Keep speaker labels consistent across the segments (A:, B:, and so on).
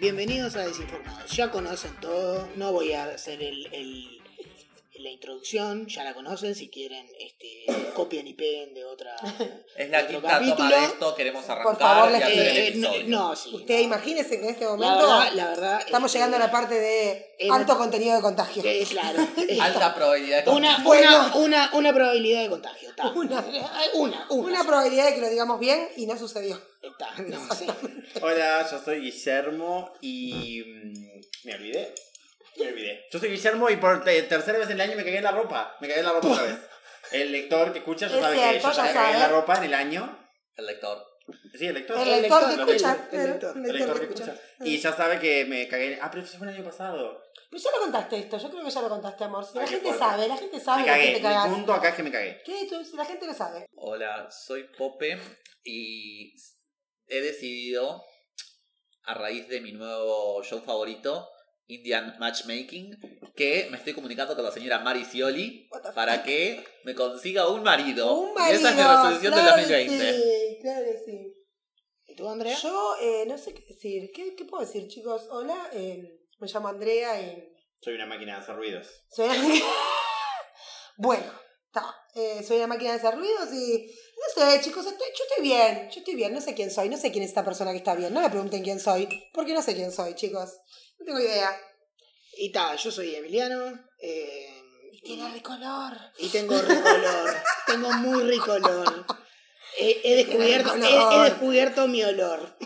A: Bienvenidos a Desinformados. Ya conocen todo, no voy a hacer el, el- la introducción, ya la conocen. Si quieren, este, copian y peguen de otra.
B: Es la
A: otro
B: quinta toma de
A: capítulo.
B: esto, queremos arrancar
C: Eh, Por favor,
B: y
C: les-
B: hacer el
A: Eh, no,
B: episodio.
A: no, sí.
C: Ustedes
A: no.
C: imagínense que en este
A: La
C: momento
A: verdad, la verdad,
C: estamos
A: este,
C: llegando a la parte de
A: el-
C: alto contenido de contagio.
A: eh, claro.
B: Alta probabilidad de
A: Una,
C: Bueno.
A: una, una, una probabilidad de contagio. Está.
C: Una.
A: Eh, una, una.
C: Una probabilidad de que lo digamos bien y no sucedió.
A: Está, no, sí.
D: Hola, yo soy Guillermo y. mm, Me olvidé. Me olvidé. Yo soy Guillermo y por te- tercera vez en el año me cagué en la ropa. Me cagué en la ropa otra vez. El lector que escucha ya
C: Es
D: sabe que
C: cierto,
D: yo
C: ya
D: me cagué en la
C: sabe.
D: ropa en el año.
B: El lector.
D: Sí, el lector.
C: El
A: el
C: lector
A: lector,
C: que
D: lo
C: escucha.
A: mismo, el
C: eh,
A: lector.
C: el
D: El
C: lector que
D: lector que
C: escucha.
D: escucha. Y ya sabe que me cagué en. Ah, pero eso fue el año pasado.
C: Pero ya lo contaste esto, yo creo que ya lo contaste, amor. Si la
D: Ay, qué
C: gente
D: fuerte.
C: sabe, la gente sabe
D: Me
C: que te
D: cagué.
C: cagás.
D: Mi punto acá es que me cagué.
C: ¿Qué? Tú- si la gente lo sabe.
B: Hola, soy Pope y he decidido, a raíz de mi nuevo show favorito, Indian Matchmaking, que me estoy comunicando con la señora Mari Scioli
C: What the
B: para que me consiga un marido.
C: Un
B: Y
C: marido.
B: esa es mi resolución
C: claro
B: del 2020.
C: Que sí, claro que sí.
A: ¿Y tú, Andrea?
C: Yo eh, no sé qué decir. ¿Qué, qué puedo decir, chicos? Hola, eh, me llamo Andrea eh, y
D: Soy una máquina de hacer ruidos.
C: soy bueno, ta, eh, soy una máquina de hacer ruidos y no sé, chicos, estoy, yo estoy bien, yo estoy bien, no sé quién soy, no sé quién es esta persona que está bien, no me pregunten quién soy, porque no sé quién soy, chicos. No tengo idea.
A: Y tal, yo soy Emiliano. eh,
C: Tiene recolor.
A: Y tengo ricolor. tengo muy ricolor. He, he descubierto,
C: Qué
A: he,
C: olor.
A: he descubierto mi olor.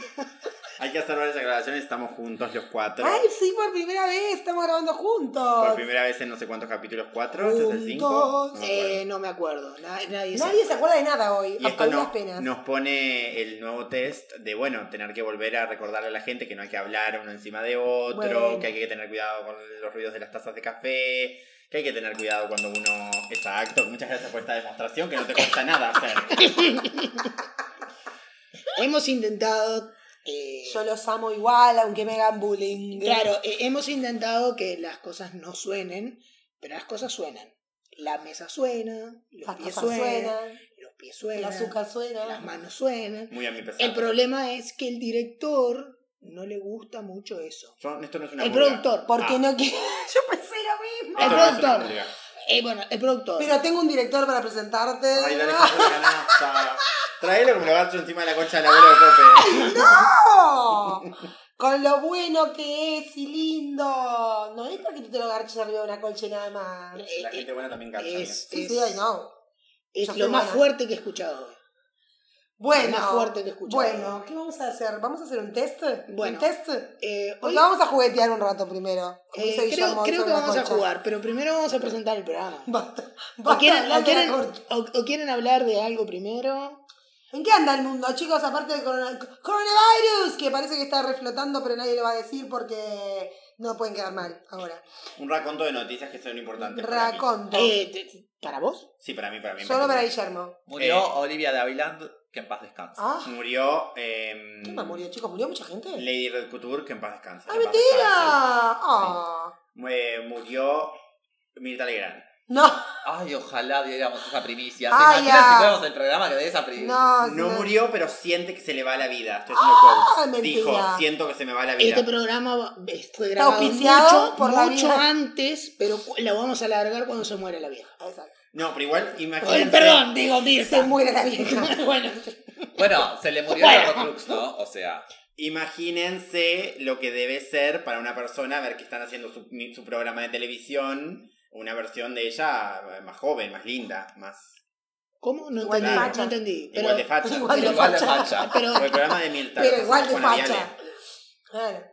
D: Hay que hacer varias grabaciones, estamos juntos los cuatro.
C: Ay, sí, por primera vez estamos grabando juntos.
D: Por primera vez en no sé cuántos capítulos, cuatro, este es el cinco.
C: Juntos.
D: No me acuerdo.
A: Eh, no me acuerdo. na- nadie sabe.
C: Nadie se acuerda de nada hoy,
D: Y
C: a
D: esto
C: a duras
D: no-
C: penas.
D: nos pone el nuevo test de, bueno, tener que volver a recordarle a la gente que no hay que hablar uno encima de otro,
C: Bueno.
D: que hay que tener cuidado con los ruidos de las tazas de café, que hay que tener cuidado cuando uno... Exacto, muchas gracias por esta demostración que no te cuesta nada hacer.
A: Hemos intentado. eh,
C: Yo los amo igual, aunque me hagan bullying.
A: Claro, eh, hemos intentado que las cosas no suenen, pero las cosas suenan. La mesa suena, los
C: Las
A: pies
C: tazas
A: suenan,
C: suenan,
A: los pies
C: el
A: suenan,
C: azúcar suena.
A: las manos suenan.
D: Muy a mi pesar.
A: El problema es que el director no le gusta mucho eso.
D: Yo- esto no es una
A: El
D: pulga.
A: productor.
C: Porque
D: Ah.
C: no quiero. Yo pensé lo mismo.
A: El
D: Esto no es una
A: productor.
D: pulga.
A: Eh, bueno, el productor.
C: Pero tengo un director para presentarte.
D: Ay, dale, pasa la canasta. Traelo como lo gacho encima de la concha del abuelo de Pope.
C: ¡No! ¡Ah! Con lo bueno que es y lindo. No es para que tú te lo garches arriba de una colche nada más.
A: Eh,
D: La gente buena también gacha.
A: es,
C: Sí,
A: es-
C: sí, ay, no.
A: es
C: Yo soy
A: lo más
C: buena.
A: fuerte que he escuchado hoy.
C: Bueno.
A: Más fuerte que escuchar.
C: Bueno, ¿qué vamos a hacer? ¿Vamos a hacer un test?
A: Bueno.
C: ¿Un test?
A: Eh, hoy,
C: Porque vamos a juguetear un rato primero. como
A: eh,
C: dice
A: creo,
C: Guillermo
A: creo que
C: sobre la
A: vamos a
C: colcha.
A: jugar, pero primero vamos a presentar el programa.
C: Basta.
A: ¿O
C: basta
A: quieren, o
C: hablar de la
A: quieren-
C: colcha.
A: o- o quieren hablar de algo primero?
C: ¿En qué anda el mundo, chicos? Aparte del corona- coronavirus, que parece que está reflotando, pero nadie lo va a decir porque no pueden quedar mal ahora.
D: Un raconto de noticias que son importantes. para mí.
C: Raconto.
A: Eh, te- te- ¿Para vos?
D: Sí, para mí, para mí.
C: Solo
D: mí.
C: para Guillermo.
B: Murió
D: Eh.
B: Olivia de Havilland, que en paz descanse.
C: Ah,
D: Murió. Eh,
C: ¿qué más murió, chicos? ¿Murió mucha gente?
D: Lady Red Couture, que en paz descanse.
C: ¡Ay,
D: que en paz
C: mentira!
D: descanse.
C: Ah.
D: Mu- eh, murió Mirta Legrand.
C: No,
B: Ay, ojalá diéramos esa primicia. ¿Se
C: Ay,
B: imaginan
C: ya.
B: si fuéramos el programa que dé esa primicia?
C: no,
D: No murió, pero siente que se le va la vida. Estoy haciendo
C: Ah,
D: quotes.
C: mentira.
D: Dijo, siento que se me va la vida.
A: Este programa va- eh, fue grabado
C: auspiciado
A: mucho,
C: por la
A: mucho
C: vida.
A: antes, pero cu- la vamos a alargar cuando se muera la vieja.
C: Exacto.
D: No, pero igual,
A: Ay,
D: imagínense.
A: perdón, digo,
C: Se
A: Mirta.
C: muere la vieja.
A: bueno,
B: Bueno, se le murió
A: Bueno.
B: a Horcrux, ¿no? O sea,
D: Imagínense lo que debe ser para una persona ver que están haciendo su, mi- su programa de televisión. Una versión de ella eh, más joven, más linda, más.
A: ¿cómo? No
C: Igual
D: de
A: entendí.
C: facha.
A: No entendí. Pero,
D: Igual de facha.
C: Igual de
B: igual de
C: facha.
B: facha.
A: pero-
D: O el programa de Mirta.
C: Pero
D: que
C: igual de
D: pasó con Ariale.
C: facha. Claro.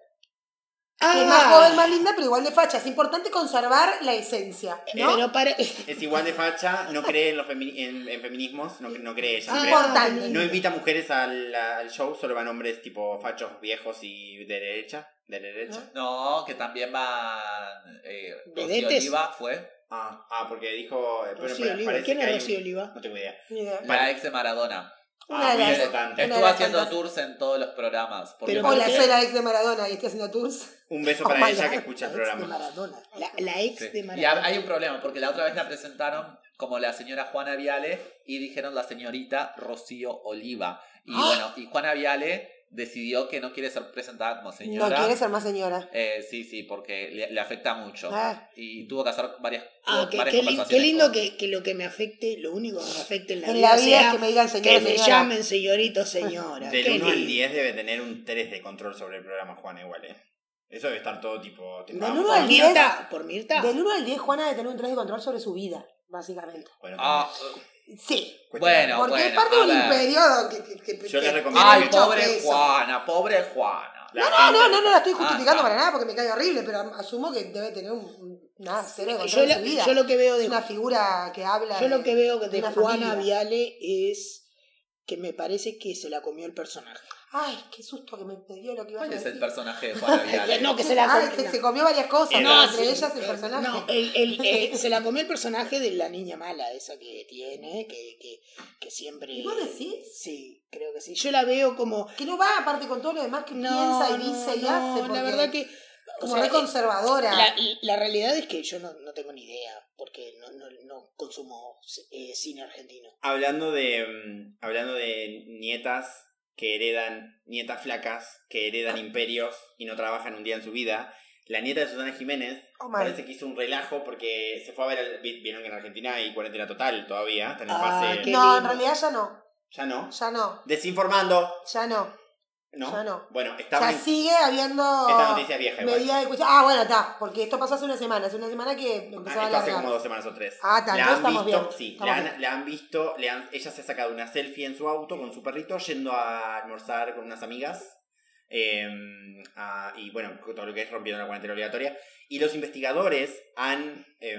A: Ah,
C: Es más joven, más linda, pero igual de facha. Es importante conservar la esencia, ¿no?
A: pero para...
D: Es igual de facha, no cree en, los femini- en, en feminismos, no, no cree ella.
A: Ah,
D: no cree.
C: importante.
D: No invita mujeres al, al show, solo van hombres tipo fachos viejos y de derecha. De derecha.
B: no, que también van. Eh, Rocío
A: Vedetes.
B: Oliva fue
D: Ah, ah, porque dijo. eh, pero
A: Rocío
D: parece
A: Oliva. ¿Quién
D: que
A: es
D: hay un-
A: Rocío Oliva?
D: No tengo idea.
C: Ni idea.
B: la ex de Maradona.
C: Una
D: ah,
C: de
D: muy
C: las-
D: importante.
C: una-
B: Estuvo
C: las
B: haciendo
C: tantas.
B: tours en todos los programas. Porque
A: Pero-
C: Hola,
A: ¿Por qué?
C: soy la ex de Maradona y estoy haciendo tours.
D: Un beso
C: Oh,
D: para
C: my
D: ella
C: God,
D: que escucha
A: la ex
D: el
A: de
D: programa.
A: Maradona. La, la ex
B: Sí.
A: de
B: Y ha-
A: Maradona.
B: hay un problema, porque la otra vez la presentaron como la señora Juana Viale y dijeron la señorita Rocío Oliva. Y
C: ¡Ah!
B: bueno, y Juana Viale decidió que no quiere ser presentada como
C: No
B: señora.
C: quiere ser más señora.
B: Eh, sí, sí, porque le, le afecta mucho.
C: Ah,
B: Y tuvo que hacer varias,
A: Ah,
B: tuvo
A: qué,
B: varias
A: qué li- qué
B: conversaciones
A: lindo
B: con-
A: que, que lo que me afecte, lo único que me afecte en la
C: en
A: vida,
C: la vida
A: sea
C: es que me digan
A: que,
C: señora,
A: me
C: señora.
A: llamen señorito, señora. Qué
D: Del 1 al
A: lindo.
D: 10 debe tener un 3 de control sobre el programa, Juan, igual, ¿eh? Eso debe estar todo tipo... ah, te
C: Del
D: pagamos
C: uno
D: por
A: Por
C: al
D: mí.
C: diez.
A: Mirta, por Mirta.
C: Del 1 al 10, Juana debe tener un 3 de control sobre su vida, básicamente.
D: Bueno,
B: Ah,
C: Sí.
D: cuestionable.
B: No,
C: Porque es
B: bueno,
C: parte
B: a
C: de un
B: ver.
C: imperio que, que, que-
D: Yo les
C: que
D: recomiendo-
C: tiene
B: ay,
C: mucho
B: pobre
C: peso.
B: Juana, pobre Juana.
D: La
C: No, no,
D: gente-
C: no, no, no la estoy justificando
B: Ah,
C: para nada porque me cae horrible, pero asumo que debe tener un, un- nada, cero de
A: Yo,
C: control de
A: la-
C: su vida.
A: yo lo que veo
C: es
A: de,
C: una figura que habla.
A: yo lo que veo de
C: una
A: Juana
C: familia.
A: Viale es que me parece que se la comió el personaje.
C: Ay, qué susto que me dio lo que iba a
B: ¿Cuál es
C: decir.
B: el personaje de Juana Vidal?
A: No, que se la
C: Ah,
A: comió.
C: se, se comió varias cosas,
D: No,
C: ¿no? entre
A: sí.
C: ellas el personaje.
A: No, el- el- eh, se la comió el personaje de la niña mala, esa que tiene, que, que, que siempre...
C: ¿Y vos decís?
A: Sí, creo que sí. Yo la veo como...
C: Que no va aparte con todo lo demás que
A: No,
C: piensa y
A: no,
C: dice y
A: no,
C: hace. porque
A: la verdad que... o
C: Como
A: sea, eh,
C: re conservadora.
A: La, la realidad es que yo no, no tengo ni idea, porque no, no, no consumo eh, cine argentino.
D: Hablando de, mm, hablando de nietas que heredan, nietas flacas, que heredan
C: Ah.
D: imperios y no trabajan un día en su vida, la nieta de Susana Jiménez
C: Oh, my.
D: parece que hizo un relajo porque se fue a ver, al- vi- vieron que en Argentina hay cuarentena total todavía, está en el
A: Ah,
D: pase,
A: qué-
C: No, en
A: lindo.
C: realidad ya no.
D: ya no,
C: Ya no.
D: desinformando,
C: Ya no.
D: ¿no?
C: Ya no.
D: Bueno,
C: O
D: estaba
C: sea, sigue habiendo.
D: esta noticia es vieja igual.
C: Medida de cuestión. Ah, bueno, está. Porque esto pasó hace una semana. Hace una semana que
D: Ah,
C: empezaba a
D: Esto hace como
C: alargar.
D: dos semanas o tres.
C: Ah, está, entonces
D: La han
C: estamos
D: visto,
C: bien.
D: sí,
C: Estamos
D: la han,
C: bien.
D: la han visto, le han- ella se ha sacado una selfie en su auto con su perrito yendo a almorzar con unas amigas. eh, a- y bueno, todo lo que es rompiendo la cuarentena obligatoria. Y los investigadores han eh,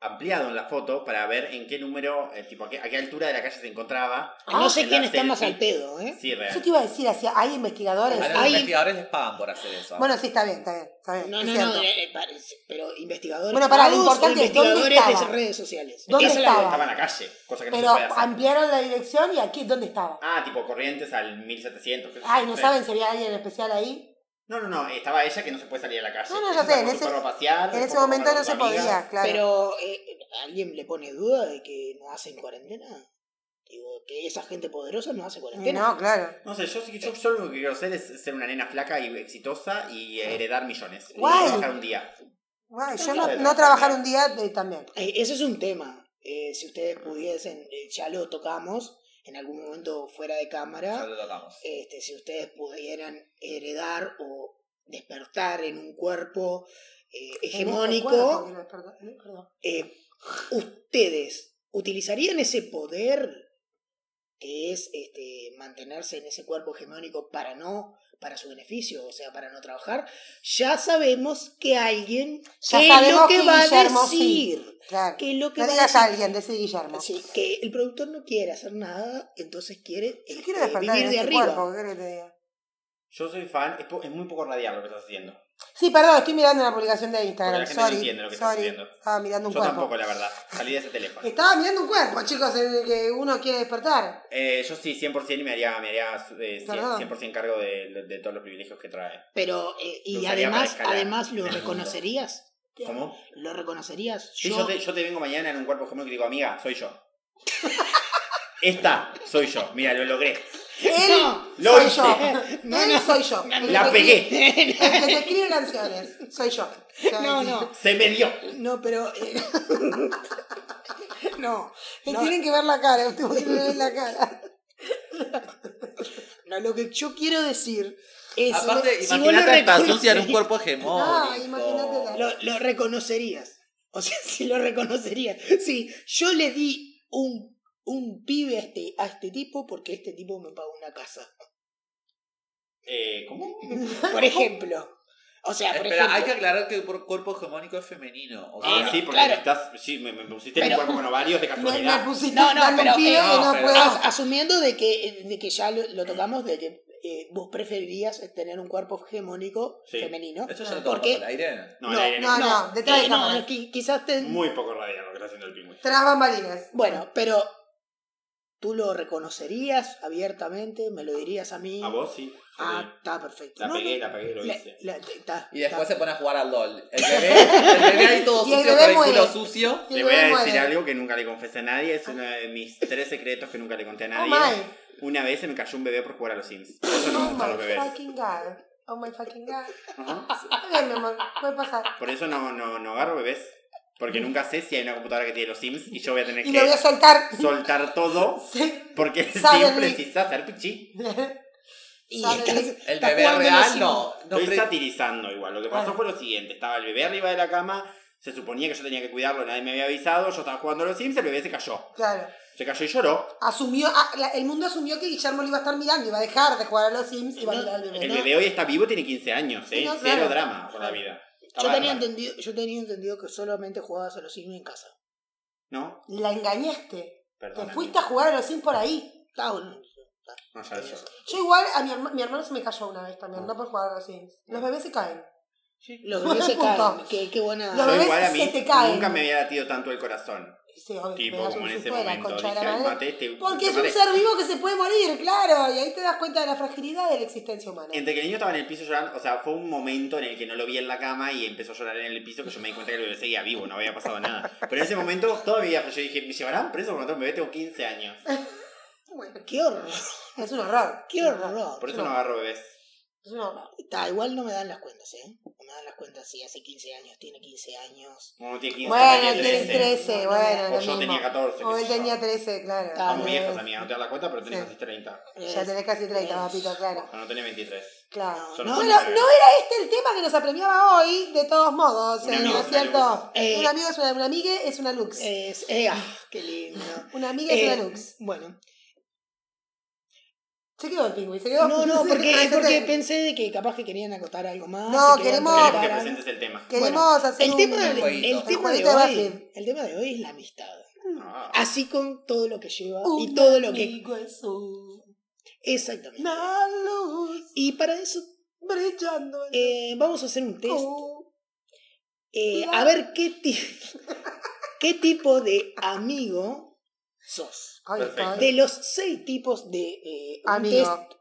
D: ampliado en la foto para ver en qué número, eh, tipo, a qué, a qué altura de la calle se encontraba.
C: Ah,
A: no sé
D: en
A: quién
D: la
A: está más
D: selfie.
A: al pedo, ¿eh?
D: Sí, real.
C: Yo te iba a decir, así, hay investigadores.
B: A los
A: Ahí-
B: investigadores les pagan por hacer eso. ¿ah?
C: Bueno, sí, está bien, está bien. Está bien
A: No,
C: es
A: no,
C: cierto.
A: no, eh, eh, parece- pero investigadores.
C: Bueno, pará, lo
A: pagos o
C: importante es dónde
A: investigadores de
C: estaba.
A: redes sociales.
C: ¿Dónde
A: Esa es la
C: estaba?
D: Estaba en la calle, cosa que no
C: Pero
D: se puede hacer.
C: ampliaron la dirección y aquí, ¿dónde estaba?
D: Ah, tipo corrientes al 1700. qué sé yo,
C: Ay, no
D: sé.
C: saben si había alguien especial ahí.
D: No, no, no, estaba ella que no se puede salir a la calle.
C: No, no,
D: Ella
C: ya sé,
D: sacó
C: en
D: su
C: ese-
D: perro a pasear,
C: En
D: se
C: ese
D: fue a comer
C: momento
D: con
C: no
D: sus
C: se podía,
D: amigas.
C: claro.
A: Pero, eh, eh, ¿alguien le pone duda de que no hacen cuarentena? Digo, que esa gente poderosa no hace cuarentena.
C: No, claro.
D: No sé, yo, sí que- yo solo lo que quiero hacer es ser una nena flaca y exitosa y heredar millones. Y
C: Guay.
D: trabajar un día.
C: Guay,
D: No,
C: yo
D: claro,
C: no,
D: de
C: no
D: trabajar.
C: trabajar un día de- también.
A: Eh, ese es un tema. Eh, si ustedes pudiesen, eh, ya lo tocamos en algún momento fuera de
B: ya
A: cámara.
B: lo tocamos.
A: este, si ustedes pudieran heredar o despertar en un cuerpo eh, hegemónico,
C: En este cuadro, porque no- perdón,
A: eh, ustedes utilizarían ese poder que es este, mantenerse en ese cuerpo hegemónico para no para su beneficio, o sea, para no trabajar, ya sabemos que alguien
C: Ya
A: que
C: sabemos
A: lo que,
C: que
A: va
C: Guillermo
A: a decir,
C: Claro.
A: que lo que
C: No
A: va a
C: digas a
A: decir-
C: alguien, decí Guillermo.
A: Sí, que el productor no quiere hacer nada, entonces quiere
C: Yo
A: este,
C: quiero despertar
A: vivir
C: en
A: de
C: este
A: arriba.
C: cuerpo, ¿qué querés que te diga?
D: Yo soy fan, es, po- es muy poco radial lo que estás haciendo.
C: Sí, perdón, estoy mirando la publicación de Instagram.
D: Porque la gente no
C: sorry,
D: entiende lo que estás
C: sorry.
D: viendo.
C: Estaba mirando
D: Yo
C: un cuerpo.
D: tampoco, la verdad. Salí de ese teléfono.
C: Estaba mirando un cuerpo, chicos, en el que uno quiere despertar.
D: Eh, yo sí, 100% y me haría, me haría eh, cien-
C: Perdón.
D: 100% cargo de, de- de todos los privilegios que trae.
A: Pero, eh,
D: Me
A: y
D: gustaría
A: además,
D: aparezca la-
A: además lo
D: en el mundo.
A: reconocerías.
D: ¿Cómo?
A: ¿Lo reconocerías?
D: Sí, yo, te, yo te vengo mañana en un cuerpo hegemónico y digo, amiga, soy yo. Esta soy yo. Mira, lo logré.
C: Él
A: No,
D: lo
C: soy
D: hice.
C: yo.
A: No,
C: Él
A: no.
C: soy yo. El
D: La
C: que
D: pegué.
C: escribe- El que te escribe canciones. Soy yo.
A: No, no,
D: Se me dio.
A: no, pero. eh, no,
C: Te
A: no,
C: tienen que ver la cara, ustedes tienen que ver la cara.
A: no, lo que yo quiero decir es.
B: Aparte,
A: si vos
B: imagínate esta
A: reconocerías-
B: sucia en un cuerpo hegemónico.
C: No, imagínate la-
A: Lo, lo reconocerías. O sea, si lo reconocerías. Sí, yo le di un, un pibe a este, a este tipo porque este tipo me pagó una casa.
D: Eh, ¿Cómo?
A: Por ejemplo. O sea, por
B: Espera, hay que
A: ejemplo.
B: aclarar que el cuerpo hegemónico es femenino. O sea,
D: Ah,
C: Eh,
D: sí, porque
A: claro.
D: estás. Sí, me, me pusiste en
A: Pero-
D: el cuerpo con ovarios de
C: Me, me
D: casualidad.
C: pusiste
A: No, no,
C: dando
A: pero,
C: un pibe
A: eh,
C: que no
B: no, pero-
C: puedo.
A: As- asumiendo de que, de que ya lo, lo tocamos, de que eh, vos preferirías tener un cuerpo hegemónico
D: Sí.
A: femenino.
B: Eso ya lo
A: ¿Por
B: tocamos
A: qué?
B: al aire.
D: No, el aire no.
C: no, no, detrás de
A: eh, no,
C: cámaras.
A: no, qui- quizás te...
D: Muy poco radial lo que está haciendo el pingüino.
C: Tras bambalinas.
A: Bueno, pero tú lo reconocerías abiertamente, me lo dirías a mí.
D: A vos sí. Yo
A: Ah, está perfecto.
D: La
A: No,
D: pegué,
A: no,
D: la pegué, lo
A: la-
D: hice.
A: la- está,
B: Y después
A: está.
B: se pone a jugar al LOL. El bebé, el bebé ahí todo
C: Y el
B: sucio,
C: bebé
B: con el culo
C: muere.
B: sucio.
D: te Le voy a decir algo que nunca le confesé a nadie. Es uno de mis tres secretos que nunca le conté a
C: Ah. Oh
D: nadie.
C: my.
D: Una vez se me cayó un bebé por jugar a los Sims. Por Eso no me
C: Oh
D: gustan los
C: my
D: bebés.
C: fucking god. Oh my fucking god.
D: Ajá.
C: Está bien, mi amor, puede pasar.
D: Por eso no, no, no agarro bebés. Porque nunca sé si hay una computadora que tiene los Sims y yo voy a tener
C: Y
D: que
C: lo voy a soltar.
D: soltar todo
C: Sí.
D: porque el
C: Suddenly.
D: Sim precisa hacer pichí.
A: Y
C: Sale
A: estás-
C: el-
B: El
A: Está
B: bebé
A: jugando
B: real
A: los
B: no. no
D: Estoy
B: pre-
D: satirizando igual. Lo que pasó
C: Ah.
D: fue lo siguiente. Estaba el bebé arriba de la cama. Se suponía que yo tenía que cuidarlo, nadie me había avisado. Yo estaba jugando a los Sims, el bebé se cayó.
C: Claro.
D: Se cayó y lloró.
C: Asumió, ah, la- el mundo asumió que Guillermo lo iba a estar mirando, iba a dejar de jugar a los Sims y iba a mirar al bebé.
D: El
A: No.
D: bebé hoy está vivo, tiene 15 años, ¿eh?
C: Sí, no,
D: Cero
C: claro.
D: drama por la vida. Está
A: Yo
D: bárbaro.
A: tenía, entendido, yo tenía entendido que solamente jugabas a los Sims en casa.
D: No,
C: La engañaste. Te
D: perdón.
C: fuiste a jugar a los Sims por ahí.
A: Ah, bueno.
D: No, ya lo lloro.
C: Yo igual, a mi, herma- mi hermano se me cayó una vez
D: Ah.
C: también, no por jugar a los Sims. Los bebés se caen.
A: Los bebés se
C: Punto.
A: caen. Qué, qué buena.
C: Los
D: Yo
C: bebés
D: igual a mí
C: se te caen.
D: nunca me había latido tanto el corazón.
C: Sí, obvio, te
D: Tipo,
C: pegas
D: como
C: un
D: en ese
C: susto de la
D: momento.
C: concha de
D: Dije,
C: la
D: ay,
C: madre".
D: mate, este-
C: Porque
D: te
C: es un
D: maté".
C: ser vivo que se puede morir, claro. Y ahí te das cuenta de la fragilidad de la existencia humana.
D: Entre que el niño estaba en el piso llorando, o sea, fue un momento en el que no lo vi en la cama y empezó a llorar en el piso que yo me di cuenta que el bebé seguía vivo, no había pasado nada. Pero en ese momento todavía pues, yo dije, me llevarán preso por matar a un bebé, tengo 15 años.
A: Qué horror.
C: Es un horror.
A: Qué
C: es un
A: horror.
D: Por eso no agarro bebés.
C: Es un horror.
A: Está, igual no me dan las cuentas, ¿eh? No me dan las cuentas si hace 15 años, tiene 15 años.
D: Uno tiene 15
C: Bueno,
D: años.
C: tienes 13,
A: No, no,
C: bueno.
D: O
C: lo
D: yo tenía
C: mismo.
D: 14.
C: O
D: qué
C: él
D: sé yo.
C: tenía 13, claro.
A: Ah,
D: Estamos
A: no,
D: viejas,
C: es-
D: amiga, no te das la cuenta, pero tenés
C: Sí.
D: casi 30.
C: Ya tenés casi 30, papito, claro.
D: No, no tenés 23.
C: Claro.
D: Yo
A: No,
D: tengo
C: Bueno, no
D: 29.
C: era este el tema que nos apremiaba hoy, de todos modos,
D: Un
C: eh,
D: amigo
C: ¿no
D: es
C: es
D: una
C: cierto?
A: Eh,
C: un amigo es una, una amigue es una lux.
A: Es, eh, ah, qué lindo.
C: una amiga es
A: Eh,
C: una lux.
A: bueno,
C: Se quedó el pingüi, se quedó.
A: no, no,
C: Sí,
A: porque,
C: parece
A: porque
C: que-
A: pensé de que capaz que querían acotar algo más.
C: No,
A: que querían
C: queremos-
A: comentar
D: Queremos que
A: algo.
D: presentes el tema.
C: Queremos hacer
A: El
C: un-
A: tema,
B: un
A: de,
B: jueguito.
A: el, tema
C: Un
A: de
C: jueguito de
A: hoy,
C: Buzzfeed.
A: el tema de hoy es la amistad.
D: Ah.
A: Así con todo lo que lleva y
C: Un
A: todo lo que...
C: amigo es una
A: Exactamente.
C: luz
A: Y para eso
C: brillando en
A: eh, vamos a hacer un
C: el
A: test.
C: cu-
A: eh,
C: Claro.
A: a ver qué, ti- qué tipo de amigo sos.
C: Ahí está.
D: Perfecto.
A: De los seis tipos de eh, un
C: Amigo.
A: test,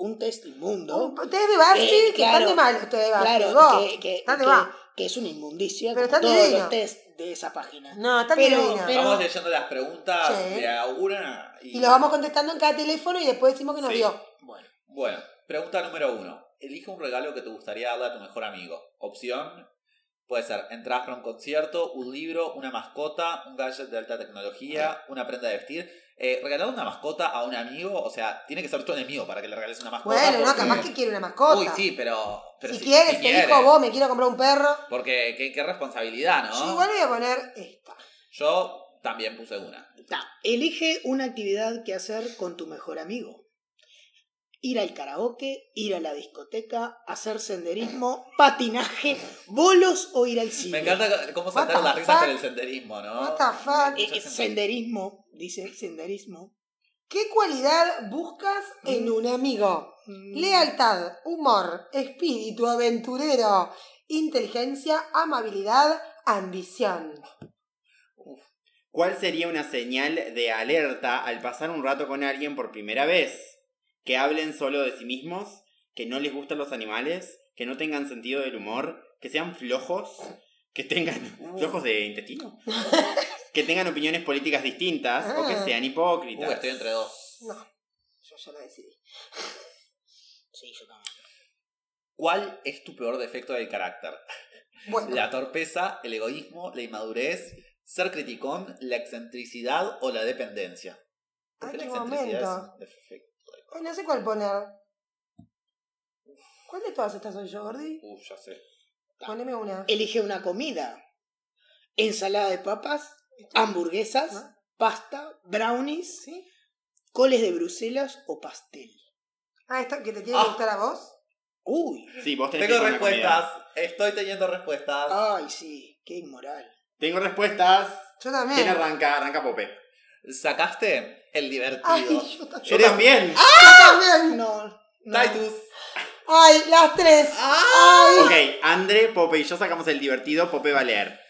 A: un test inmundo.
C: Un- Ustedes de Barfi,
A: Eh,
C: que están
A: claro.
C: de mal ustedes de Barfi.
A: claro,
C: vos.
A: que, que,
C: date
A: que-
C: va.
A: que es una inmundicia
C: Pero
A: como
C: está
A: todos
C: divino.
A: los test de esa página.
C: No, están
A: Pero-
C: divinos.
A: pero-
B: Vamos leyendo las preguntas
C: Sí.
B: de a una. Y,
C: Y los vamos contestando en cada teléfono y después decimos que nos
D: Sí.
C: dio.
A: Bueno,
B: Bueno, pregunta número uno. Elige un regalo que te gustaría darle a tu mejor amigo. Opción puede ser entras para un concierto, un libro, una mascota, un gadget de alta tecnología, una prenda de vestir. Eh, regalar una mascota a un amigo, o sea, tiene que ser tu enemigo para que le regales una mascota.
C: Bueno, no,
B: porque-
C: capaz que quiere una mascota.
B: Uy, sí, pero. pero
C: si, quieres, te dijo vos, me quiero comprar un perro.
B: Porque qué, qué responsabilidad, ¿no?
C: Yo igual voy a poner esta.
B: Yo también puse una.
A: ta. Elige una actividad que hacer con tu mejor amigo. Ir al karaoke, ir a la discoteca, hacer senderismo, patinaje, bolos o ir al cine.
B: Me encanta cómo
C: What
B: saltar
C: the
B: las risas
C: fuck?
B: por el senderismo, ¿no?
C: What the fuck?
A: Eh, eh, senderismo, dice senderismo.
C: ¿Qué cualidad buscas en un amigo?
A: Mm.
C: Lealtad, humor, espíritu aventurero, inteligencia, amabilidad, ambición.
D: ¿Cuál sería una señal de alerta al pasar un rato con alguien por primera vez? Que hablen solo de sí mismos, que no les gustan los animales, que no tengan sentido del humor, que sean flojos, que tengan flojos de intestino, que tengan opiniones políticas distintas o que
C: Ah.
D: sean
B: Uh,
D: hipócritas.
B: estoy entre dos.
C: No, yo ya lo decidí.
A: Sí, yo también.
B: ¿Cuál es tu peor defecto del carácter?
C: Bueno,
B: ¿La torpeza, el egoísmo, la inmadurez, ser criticón, la excentricidad o la dependencia? ¿Por qué
C: Ay,
B: la
C: qué
B: excentricidad
C: este momento.
B: es un defecto?
C: ay, no sé cuál poner. ¿Cuál de todas estas soy yo, Gordi?
B: Uh, ya sé.
C: Poneme una.
A: Elige una comida. Ensalada de papas, hamburguesas,
C: ¿No?
A: pasta, brownies,
C: ¿Sí?
A: coles de Bruselas o pastel.
C: Ah, esta que te tiene que
B: Ah.
C: gustar a vos.
A: Uy,
D: Sí, vos tenés que
B: Tengo
D: ir con la
B: respuestas.
D: comida.
B: Estoy teniendo respuestas.
C: Ah.
A: ay sí, qué inmoral.
D: Tengo respuestas.
C: Yo
D: ¿Quién
C: también.
D: arranca? Arranca Pope.
B: ¿Sacaste? El divertido.
C: Ay, yo también.
D: Yo también.
C: Yo también.
A: No, no.
B: Titus.
C: Ay, las tres.
B: Ah.
C: Ay.
D: Ok, André, Pope y yo sacamos el divertido, Pope va a leer.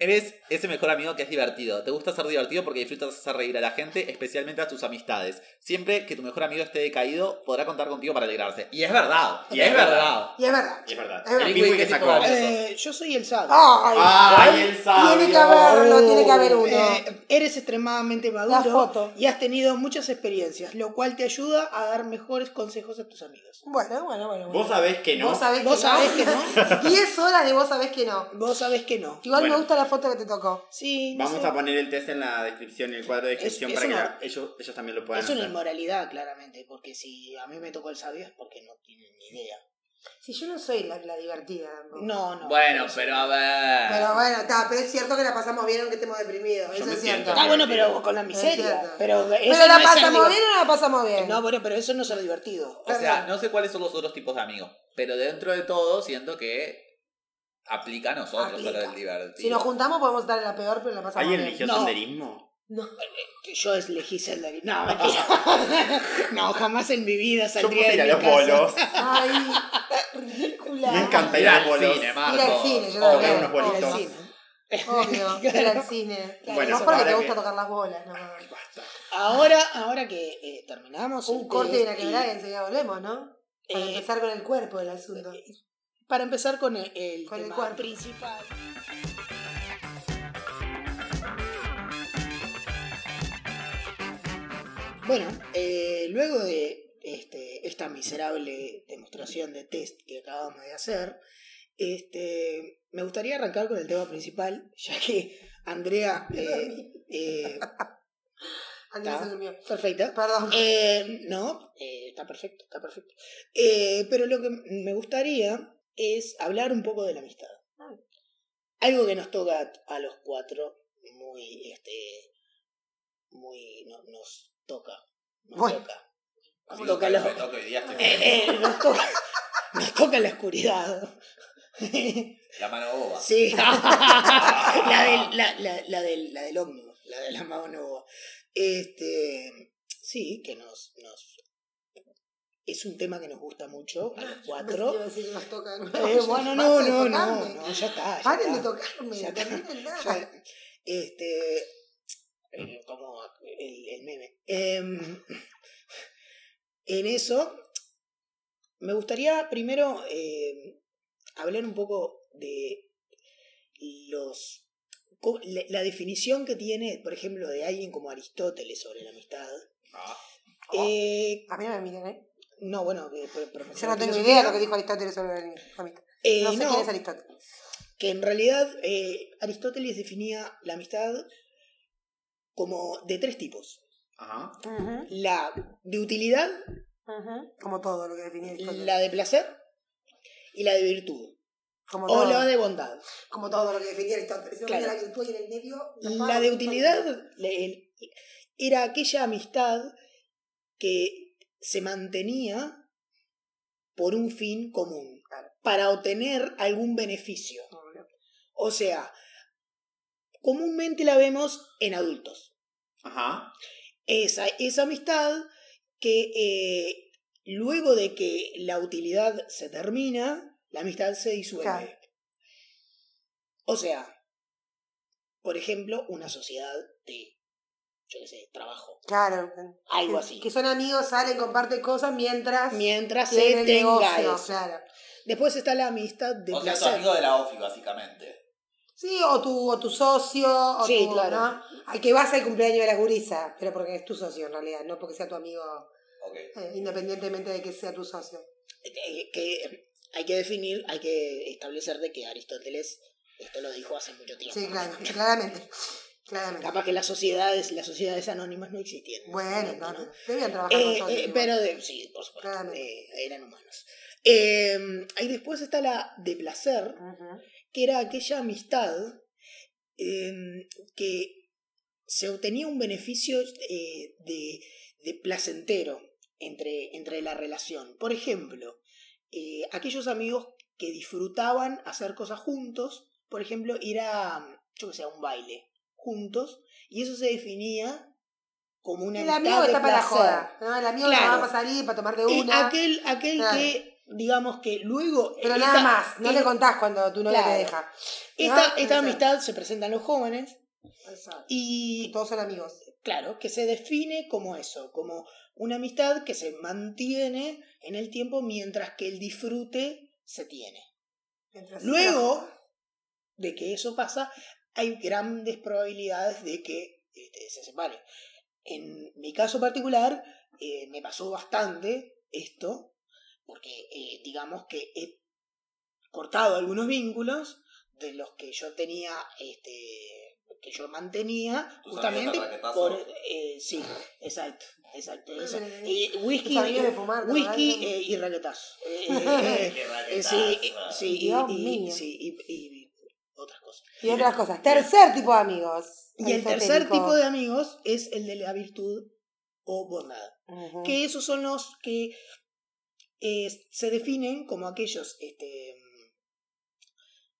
B: Eres ese mejor amigo que es divertido. Te gusta ser divertido porque disfrutas hacer reír a la gente, especialmente a tus amistades. Siempre que tu mejor amigo esté decaído, podrá contar contigo para alegrarse. Y es verdad. Y es verdad.
C: Y es verdad.
D: Es verdad.
C: Es verdad.
D: El Pingüi
B: ¿Qué
D: que
B: tipo
D: sacó.
B: eres?
A: Eh, yo soy el sabio.
C: Ay,
D: ¡Ay, el sabio!
C: Tiene que haberlo, tiene que haber uno.
A: Eh, eres extremadamente
C: La
A: maduro
C: foto.
A: y has tenido muchas experiencias, lo cual te ayuda a dar mejores consejos a tus amigos.
C: Bueno, bueno, bueno. bueno.
D: Vos sabés que no.
C: Vos sabés
A: Vos sabés que
C: que no.
A: no.
C: 10 horas de vos sabés que no.
A: Vos sabés que no.
C: Igual
D: Bueno.
C: me gusta la foto que te tocó.
A: Sí, no
D: Vamos
A: sé.
D: a poner el test en la descripción, en el cuadro de
A: Es-
D: descripción,
A: es
D: para que
A: una-
D: la- ellos, ellos también lo puedan
A: Es una
D: hacer.
A: inmoralidad, claramente, porque si a mí me tocó el sabio es porque no tienen ni idea.
C: Si yo no soy la, la divertida. tampoco.
A: No, no.
B: Bueno, pero a ver.
C: Pero bueno, está, pero es cierto que la pasamos bien aunque estemos deprimidos.
D: Yo
C: Eso
D: me
C: es
D: siento
C: cierto.
A: Ah, bueno, pero
D: divertido.
A: con la miseria.
C: cierto.
A: Pero,
C: Pero la pasamos
A: pasamos
C: bien o no la pasamos bien.
A: No, bueno, pero eso no es lo divertido.
B: O sea, no sé cuáles son los otros tipos de amigos. Pero dentro de todo, siento que aplica a nosotros
C: Aplica.
B: para el divertido.
C: si nos juntamos podemos estar en la peor, pero la pasamos
D: ¿Alguien
C: bien.
D: eligió
A: No.
D: senderismo?
C: No.
A: Que Yo elegí ser David. No, mentira. no, jamás en mi vida
D: Yo
A: saldría
D: puse ir
A: de
D: a
A: mi
D: los
A: casa.
D: bolos.
C: Ay, ridícula.
D: Me encanta ir
B: Ir
D: a los
B: al
D: bolos.
B: cine,
C: Ir al
B: Marcos.
C: cine, yo
B: Oh,
D: tocar
C: también.
D: unos
A: Ir al
D: bolitos.
A: cine.
C: Obvio, ir al cine.
A: Claro,
C: no
A: eso
C: es porque
D: ahora
C: te gusta
D: que-
C: tocar las bolas, no.
D: Basta.
A: Ahora, ahora que eh, terminamos.
C: Un
A: el
C: corte y una
A: test y-
C: quebrada y enseguida volvemos, ¿no? Para
A: Eh,
C: empezar con el cuerpo del asunto.
A: Para empezar con el, el
C: Con el
A: tema
C: cuerpo.
A: principal. Bueno, eh, luego de este, esta miserable demostración de test que acabamos de hacer, este, me gustaría arrancar con el tema principal, ya que Andrea... eh, eh,
C: Andrés
A: está.
C: se durmió.
A: perfecta.
C: Perdón.
A: Eh, no, eh, está perfecto, está perfecto. Eh, pero lo que me gustaría es hablar un poco de la amistad. Algo que nos toca a- a los cuatro muy, este, muy, no- nos toca, nos
C: Bueno.
A: toca. Nos
B: Sí,
A: toca,
B: me
A: los-
B: toca hoy día, estoy-
A: eh, eh, nos toca, nos toca la oscuridad.
B: La mano boba.
A: Sí, la, del, la, la, la del, la del ómnibus, la de la mano boba. Este, sí, que nos, nos... Es un tema que nos gusta mucho a los
C: Ah, Pensé que iba
A: cuatro.
C: a decir, nos toca de nuevo.
A: Eh,
C: Yo,
A: bueno, no,
C: basta de
A: no, no,
C: tocarme.
A: no, ya está. Ya
C: Paren de
A: está.
C: tocarme,
A: Ya está.
C: terminen nada.
A: Ya- este, eh, como el, el meme. Em, en eso, me gustaría primero em, hablar un poco de los co- la la definición que tiene, por ejemplo, de alguien como Aristóteles sobre la amistad.
C: Oh.
A: Eh,
C: A mí no me miren, ¿eh?
A: no, bueno, que fue profesor
C: Yo no
A: de
C: tengo
A: filosofía.
C: idea de lo que dijo Aristóteles sobre la amistad.
A: Eh,
C: No sé
A: no,
C: quién es Aristóteles.
A: que en realidad eh, Aristóteles definía la amistad como de tres tipos.
D: Ajá.
C: Ujú,
A: La de utilidad,
C: ujú. Como todo lo que definía Aristóteles.
A: la de placer y la de virtud.
C: Como
A: O
C: todo.
A: la de bondad.
C: Como todo lo que definía Aristóteles. Yo
A: Claro.
C: ponía la virtud y en el medio.
A: La de utilidad le- el- era aquella amistad que se mantenía por un fin común, para obtener algún beneficio. O sea, comúnmente la vemos en adultos.
D: Ajá.
A: esa, esa amistad que eh, luego de que la utilidad se termina, la amistad se disuelve.
C: Claro.
A: O sea, por ejemplo, una sociedad de, yo qué sé, trabajo,
C: Claro.
A: algo
C: Que-
A: así.
C: Que son amigos, salen, comparten cosas mientras.
A: Mientras se
C: tienen
A: tenga
C: negocio,
A: eso.
C: claro.
A: Después está la amistad de
B: O sea, tu
A: placer.
B: amigo de la OFI, básicamente.
C: Sí, o tu, o tu socio, o
A: Sí,
C: tu,
A: claro.
C: ¿no? Al que vas al cumpleaños de la gurisa, pero porque es tu socio en realidad, no porque sea tu amigo,
B: Ok.
C: eh, independientemente de que sea tu socio.
A: Eh, que hay que definir, hay que establecer de que Aristóteles esto lo dijo hace mucho tiempo.
C: Sí, claro, claramente. Claramente.
A: Capaz que las sociedades, las sociedades anónimas no existían. en ese
C: Bueno,
A: momento,
C: no,
A: ¿no?
C: no. Debían trabajar con
A: Eh,
C: socios.
A: eh,
C: igual.
A: pero de- sí, por supuesto,
C: Claramente.
A: eh, eran humanos. Eh, ahí después está la de placer,
C: Ujú.
A: que era aquella amistad eh, que se obtenía un beneficio eh, de, de placentero entre, entre la relación. Por ejemplo, eh, aquellos amigos que disfrutaban hacer cosas juntos, por ejemplo, ir a, yo que sé, a un baile juntos, y eso se definía como una
C: El
A: amistad
C: amigo
A: de
C: está para la
A: placer.
C: joda. ¿no? El amigo
A: Claro.
C: que va a salir para tomar de
A: Eh,
C: una.
A: aquel aquel
C: Claro.
A: que digamos que luego...
C: Pero
A: esta-
C: nada más, no
A: esta-
C: le contás cuando tu novia
A: Claro.
C: te deja.
A: Esta,
C: Ah,
A: esta
C: exacto.
A: amistad se presentan los jóvenes
C: Exacto. Y
A: y
C: todos son amigos.
A: claro, que se define como eso, como una amistad que se mantiene en el tiempo mientras que el disfrute se tiene.
C: Mientras-
A: Luego de que eso pasa, hay grandes probabilidades de que este, se separe. En mi caso particular, eh, me pasó bastante esto, porque eh, digamos que he cortado algunos vínculos de los que yo tenía, este, que yo mantenía,
B: Tus
A: justamente
B: amigos de raquetazo.
A: por... eh, sí, exacto, exacto. eso. Y
C: Tus
A: whisky, eh,
C: amigos de fumar, ¿no?
A: whisky eh, y raquetazo. Eh, eh, eh, eh, sí, eh, sí, y,
C: ah, Dios
A: y-
C: mío.
A: sí, y- y- y otras cosas.
C: Y otras cosas. Tercer tipo de amigos.
A: Y el tercer tipo de amigos es el de la virtud o bondad.
C: Ujú.
A: Que esos son los que eh, se definen como aquellos, este,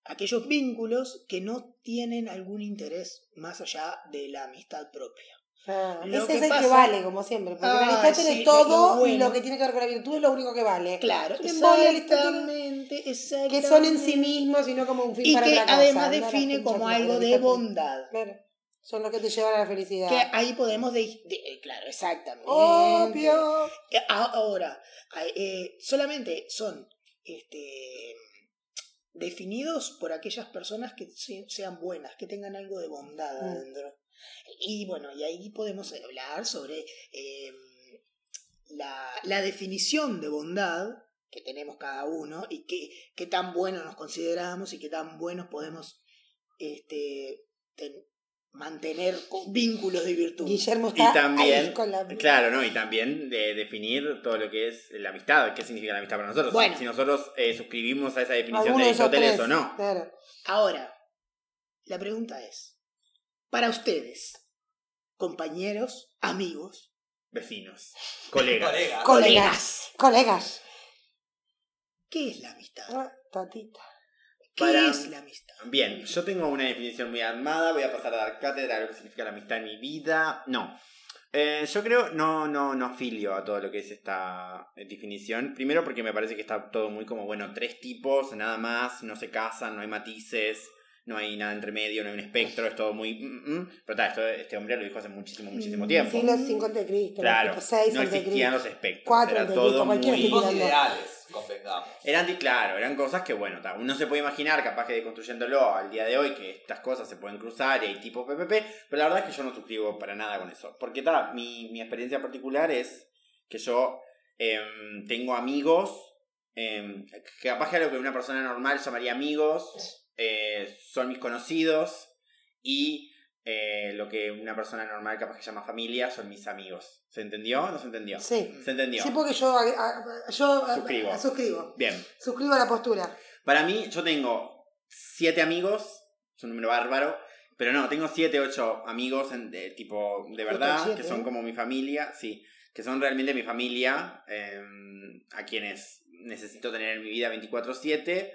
A: aquellos vínculos que no tienen algún interés más allá de la amistad propia.
C: Ah,
A: Lo
C: ese
A: que
C: es el que
A: pasa-
C: vale, como siempre. Porque la
A: Ah,
C: amistad tiene
A: sí, lo-
C: todo
A: lo bueno.
C: y lo que tiene que ver con la virtud es lo único que vale.
A: Claro,
C: Es un embole, la amistad tiene-
A: exactamente, exactamente.
C: que son en sí mismos y no como un fin
A: Y
C: para
A: que
C: otra cosa.
A: además
C: Anda a la
A: define
C: concha
A: como
C: tu madre,
A: algo de
C: fíjate.
A: bondad.
C: Claro. Son los que te llevan a la felicidad.
A: Que ahí podemos... de- de- eh, claro, exactamente.
C: Obvio.
A: Eh, a- Ahora, a- eh, solamente son este, definidos por aquellas personas que se- sean buenas, que tengan algo de bondad
C: Mm.
A: adentro. Y bueno, y ahí podemos hablar sobre eh, la, la definición de bondad que tenemos cada uno y qué, qué tan buenos nos consideramos y qué tan buenos podemos este, ten- mantener co- vínculos de virtud.
C: Guillermo
D: Y
C: está
D: también-
C: ahí con la...
D: Claro, ¿no? Y también de definir todo lo que es la amistad, qué significa la amistad para nosotros.
A: Bueno.
D: Si nosotros eh, suscribimos a esa definición
C: Alguno
D: de
C: de esos
D: Aristóteles
C: tres.
D: o no.
C: Claro.
A: Ahora, la pregunta es, para ustedes, compañeros, amigos,
D: Vecinos, colegas.
B: Colega.
C: Colegas. Colegas.
A: ¿qué es la amistad?
C: Ah, Tatita.
A: ¿Qué
D: Para-
A: es la amistad?
D: Bien, yo tengo una definición muy armada, voy a pasar a dar cátedra de lo que significa la amistad en mi vida. No. Eh, yo creo, no, no, no afilio a todo lo que es esta eh, definición. Primero porque me parece que está todo muy como, bueno, tres tipos, nada más, no se casan, no hay matices, no hay nada entre medio, no hay un espectro, es todo muy... mm, mm. Pero está, esto, este hombre lo dijo hace muchísimo, muchísimo tiempo.
C: Siglo 5 antes de Cristo.
D: Claro,
C: tipo seis
D: no
C: antes de
D: existían
C: Cristo.
D: los espectros.
C: Cuatro
D: era
C: antes de Cristo,
D: todo
C: cualquier
D: muy-
C: tipo
B: Tipos
C: Mirando.
B: ideales, convengamos.
D: eran, di- claro, eran cosas que, bueno, ta, uno se puede imaginar, capaz que deconstruyéndolo al día de hoy, que estas cosas se pueden cruzar y hay tipo PPP, pero la verdad es que yo no suscribo para nada con eso. Porque ta, mi, mi experiencia particular es que yo em, tengo amigos, em, que capaz que algo que una persona normal llamaría amigos, eh, son mis conocidos y eh, lo que una persona normal capaz que llama familia son mis amigos. ¿Se entendió? ¿No se entendió?
C: Sí.
D: Se entendió.
C: Sí, porque yo, a- a- yo a-
D: Suscribo.
C: suscribo.
D: Bien.
C: Suscribo la postura.
D: Para mí, yo tengo siete amigos, es un número bárbaro, pero no, tengo siete, ocho amigos en- de, tipo de verdad,
A: siete,
D: que son
A: ¿eh?
D: como mi familia, sí, que son realmente mi familia, eh, a quienes necesito tener en mi vida 24/7,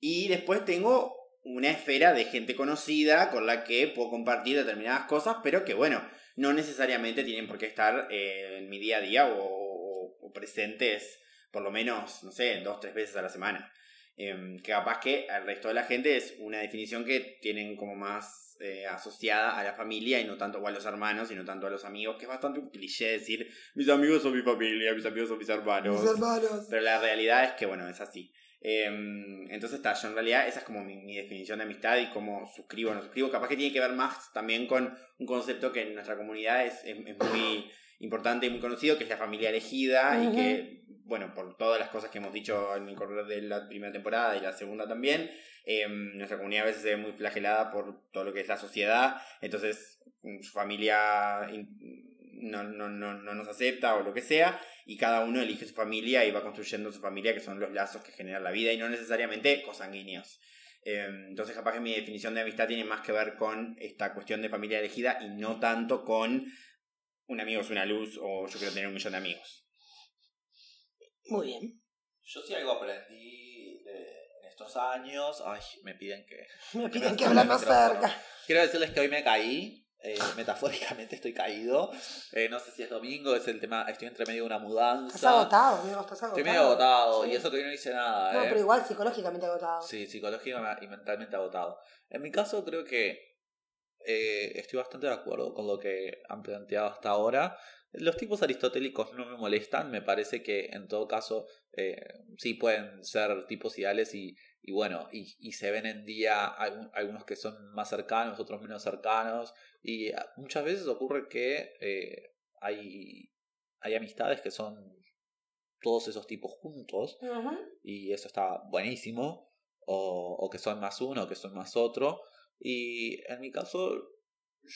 D: y después tengo una esfera de gente conocida con la que puedo compartir determinadas cosas, pero que bueno, no necesariamente tienen por qué estar eh, en mi día a día o- o- o presentes por lo menos, no sé, dos, tres veces a la semana. Em, que capaz que al resto de la gente es una definición que tienen como más eh, asociada a la familia y no tanto o a los hermanos y no tanto a los amigos, que es bastante un cliché decir mis amigos son mi familia, mis amigos son mis hermanos.
C: Mis hermanos.
D: Pero la realidad es que, bueno, es así. Em, entonces, está, yo en realidad esa es como mi, mi definición de amistad y cómo suscribo o no suscribo. Capaz que tiene que ver más también con un concepto que en nuestra comunidad es, es- es muy importante y muy conocido, que es la familia elegida y
C: Ujú.
D: que, bueno, por todas las cosas que hemos dicho en el correr de la primera temporada y la segunda también, em, nuestra comunidad a veces se ve muy flagelada por todo lo que es la sociedad. Entonces, mm, su familia in- no- no- no- no nos acepta o lo que sea y cada uno elige su familia y va construyendo su familia, que son los lazos que generan la vida y no necesariamente consanguíneos. Eh, Entonces, capaz que mi definición de amistad tiene más que ver con esta cuestión de familia elegida y no tanto con un amigo es una luz o yo quiero tener un millón de amigos.
A: Muy bien.
B: Yo sí algo aprendí de- en estos años. Ay, me piden que.
C: Me piden que
B: hablar
C: hablar más cerca.
B: Quiero decirles que hoy me caí Eh, metafóricamente estoy caído. Eh, no sé si es domingo, es el tema. Estoy entre medio de una mudanza.
C: Estás agotado, Diego, estás agotado.
B: Estoy medio agotado.
C: Sí.
B: Y eso que yo no hice nada.
C: No,
B: eh.
C: pero igual psicológicamente agotado.
B: Sí, psicológica y mentalmente agotado. En mi caso creo que eh, estoy bastante de acuerdo con lo que han planteado hasta ahora. Los tipos aristotélicos no me molestan, me parece que en todo caso eh, sí pueden ser tipos ideales y, y bueno, y, y se ven en día algún- algunos que son más cercanos, otros menos cercanos, y ah, muchas veces ocurre que eh, hay, hay amistades que son todos esos tipos juntos,
C: Ujú.
B: y eso está buenísimo, o, o que son más uno, o que son más otro. Y en mi caso,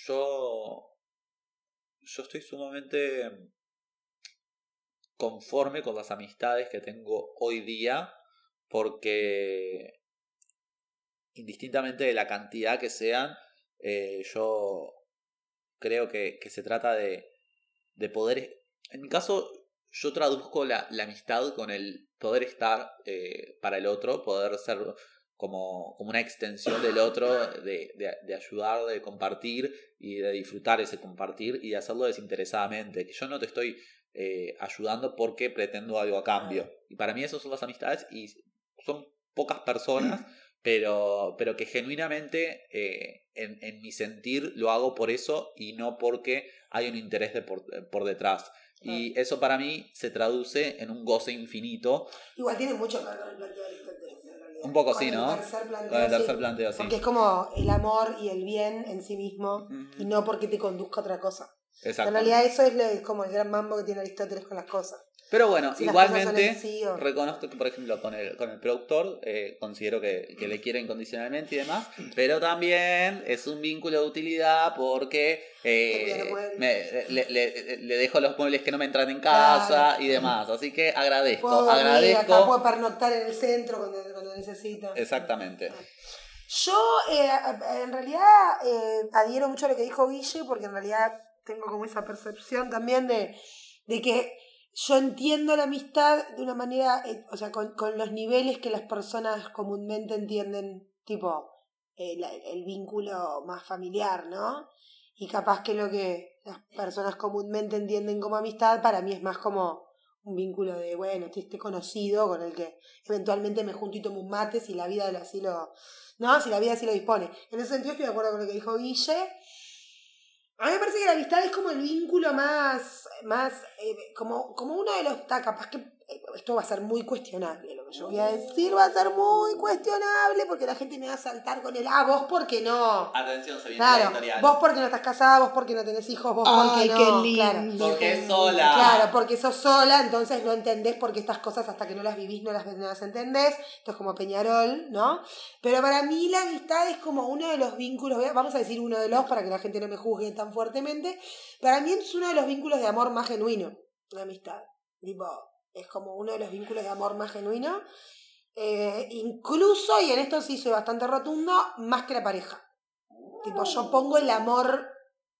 B: yo, yo estoy sumamente conforme con las amistades que tengo hoy día, porque indistintamente de la cantidad que sean, eh, yo creo que, que se trata de, de poder... En mi caso, yo traduzco la, la amistad con el poder estar eh, para el otro, poder ser como, como una extensión del otro, de, de, de ayudar, de compartir y de disfrutar ese compartir y de hacerlo desinteresadamente. Que yo no te estoy eh, ayudando porque pretendo algo a cambio. Y para mí eso son las amistades y son pocas personas, pero, pero que genuinamente eh, en, en mi sentir lo hago por eso y no porque hay un interés de por, eh, por detrás. Y eso para mí se traduce en un goce infinito.
C: Igual tiene mucho que ver con el planteo aristotélico, en realidad.
B: Un poco
C: Con
B: sí,
C: el
B: ¿no?
C: tercer planteo,
B: Con el
C: sí.
B: tercer planteo, sí.
C: Porque es como el amor y el bien en sí mismo y
B: Ujú.
C: no porque te conduzca a otra cosa.
B: Exacto.
C: En realidad eso es, lo- es como el gran mambo que tiene Aristóteles con las cosas.
B: Pero bueno,
C: Si las cosas son en
B: igualmente
C: sí o-
B: reconozco que, por ejemplo, con el, con el productor eh, considero que, que le quiero incondicionalmente y demás, pero también es un vínculo de utilidad porque eh,
C: Te cuida los muebles.
B: me- le, le- le dejo los muebles que no me entran en casa y demás. Así que agradezco,
C: Puedo dormir acá,
B: agradezco.
C: puedo pernoctar en el centro cuando, cuando necesito.
B: Exactamente.
C: Yo eh, a- en realidad eh, adhiero mucho a lo que dijo Guille, porque en realidad tengo como esa percepción también de, de que yo entiendo la amistad de una manera, eh, o sea, con, con los niveles que las personas comúnmente entienden, tipo el, el vínculo más familiar, ¿no? Y capaz que lo que las personas comúnmente entienden como amistad, para mí es más como un vínculo de, bueno, este este conocido con el que eventualmente me junto y tomo un mate si la vida así lo, ¿no? Si la vida así lo dispone. En ese sentido estoy de acuerdo con lo que dijo Guille. A mí me parece que la amistad es como el vínculo más, más eh, como, como uno de los, está capaz que eh, esto va a ser muy cuestionable, lo que yo voy a decir va a ser muy cuestionable porque la gente me va a saltar con el, ah, vos porque no.
B: Atención, se viene la
C: Claro,
B: editorial.
C: vos porque no estás casada, vos porque no tenés hijos, vos
A: Ay,
C: porque
A: qué
C: no.
A: lindo.
C: Claro.
B: Porque es sola.
C: Claro, porque sos sola, entonces no entendés porque estas cosas hasta que no las vivís no las, no las entendés. Esto es como Peñarol, ¿no? Pero para mí la amistad es como uno de los vínculos, voy a- vamos a decir uno de los para que la gente no me juzgue tan fuertemente. Para mí es uno de los vínculos de amor más genuino, la amistad. Tipo, es como uno de los vínculos de amor más genuino. Eh, incluso, y en esto sí soy bastante rotundo, más que la pareja. Tipo, yo pongo el amor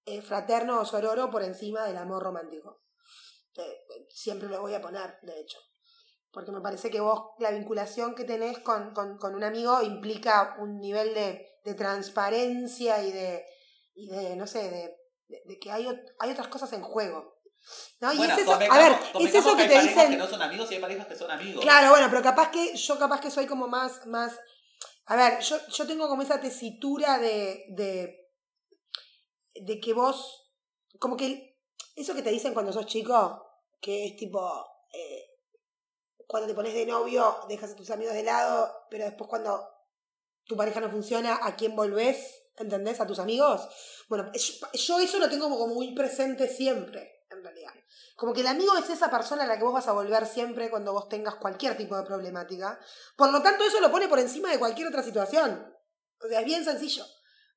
C: eh, fraterno o sororo por encima del amor romántico. Eh, eh, siempre lo voy a poner, de hecho. Porque me parece que vos, la vinculación que tenés con, con, con un amigo implica un nivel de, de transparencia y de, y de, no sé, de, de- de que hay, ot- hay otras cosas en juego. ¿no? Y
B: Bueno,
C: es eso, a
B: convengamos-
C: ver, es
B: convengamos
C: eso que
B: hay
C: te
B: parejas
C: dicen...
B: que no son amigos y hay parejas que son amigos.
C: Claro, bueno, pero capaz que yo capaz que soy como más, más. A ver, yo, yo tengo como esa tesitura de, de. de que vos. Como que. Eso que te dicen cuando sos chico, que es tipo. eh, cuando te pones de novio, dejas a tus amigos de lado, pero después cuando tu pareja no funciona, ¿a quién volvés? ¿Entendés? ¿A tus amigos? Bueno, yo, yo eso lo tengo como, como muy presente siempre, en realidad. Como que el amigo es esa persona a la que vos vas a volver siempre cuando vos tengas cualquier tipo de problemática. Por lo tanto, eso lo pone por encima de cualquier otra situación. O sea, es bien sencillo.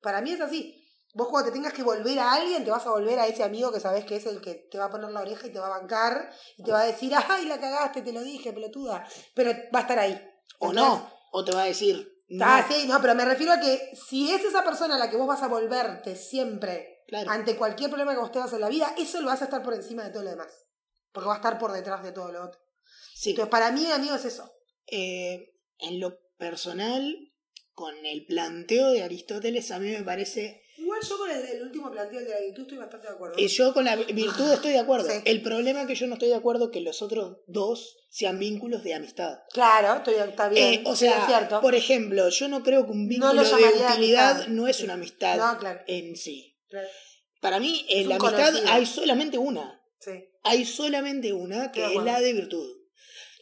C: Para mí es así. Vos cuando te tengas que volver a alguien, te vas a volver a ese amigo que sabés que es el que te va a poner la oreja y te va a bancar y te va a decir, ay, la cagaste, te lo dije, pelotuda. Pero va a estar ahí.
A: O
C: ¿Entendés?
A: no, o te va a decir. No,
C: Ah, sí, no, pero me refiero a que si es esa persona a la que vos vas a volverte siempre
A: Claro.
C: ante cualquier problema que vos tengas en la vida, eso lo vas a estar por encima de todo lo demás. Porque va a estar por detrás de todo lo otro.
A: sí.
C: Entonces, para mí, amigo, es eso.
A: Eh, en lo personal, con el planteo de Aristóteles, a mí me parece
C: Igual yo con el, el último planteo el de la virtud estoy bastante de acuerdo.
A: Y yo con la virtud estoy de acuerdo.
C: Sí.
A: El problema es que yo no estoy de acuerdo es que los otros dos sean vínculos de amistad.
C: Claro, estoy, está bien.
A: Eh, o
C: es
A: sea,
C: cierto.
A: por ejemplo, yo no creo que un vínculo
C: lo
A: de
C: llamaría
A: utilidad
C: amistad.
A: no es una amistad
C: No, claro.
A: en sí.
C: claro,
A: Para mí,
C: Es
A: en
C: un
A: la amistad
C: conocido.
A: hay solamente una.
C: sí.
A: Hay solamente una que
C: Estoy de
A: es la
C: acuerdo.
A: de virtud.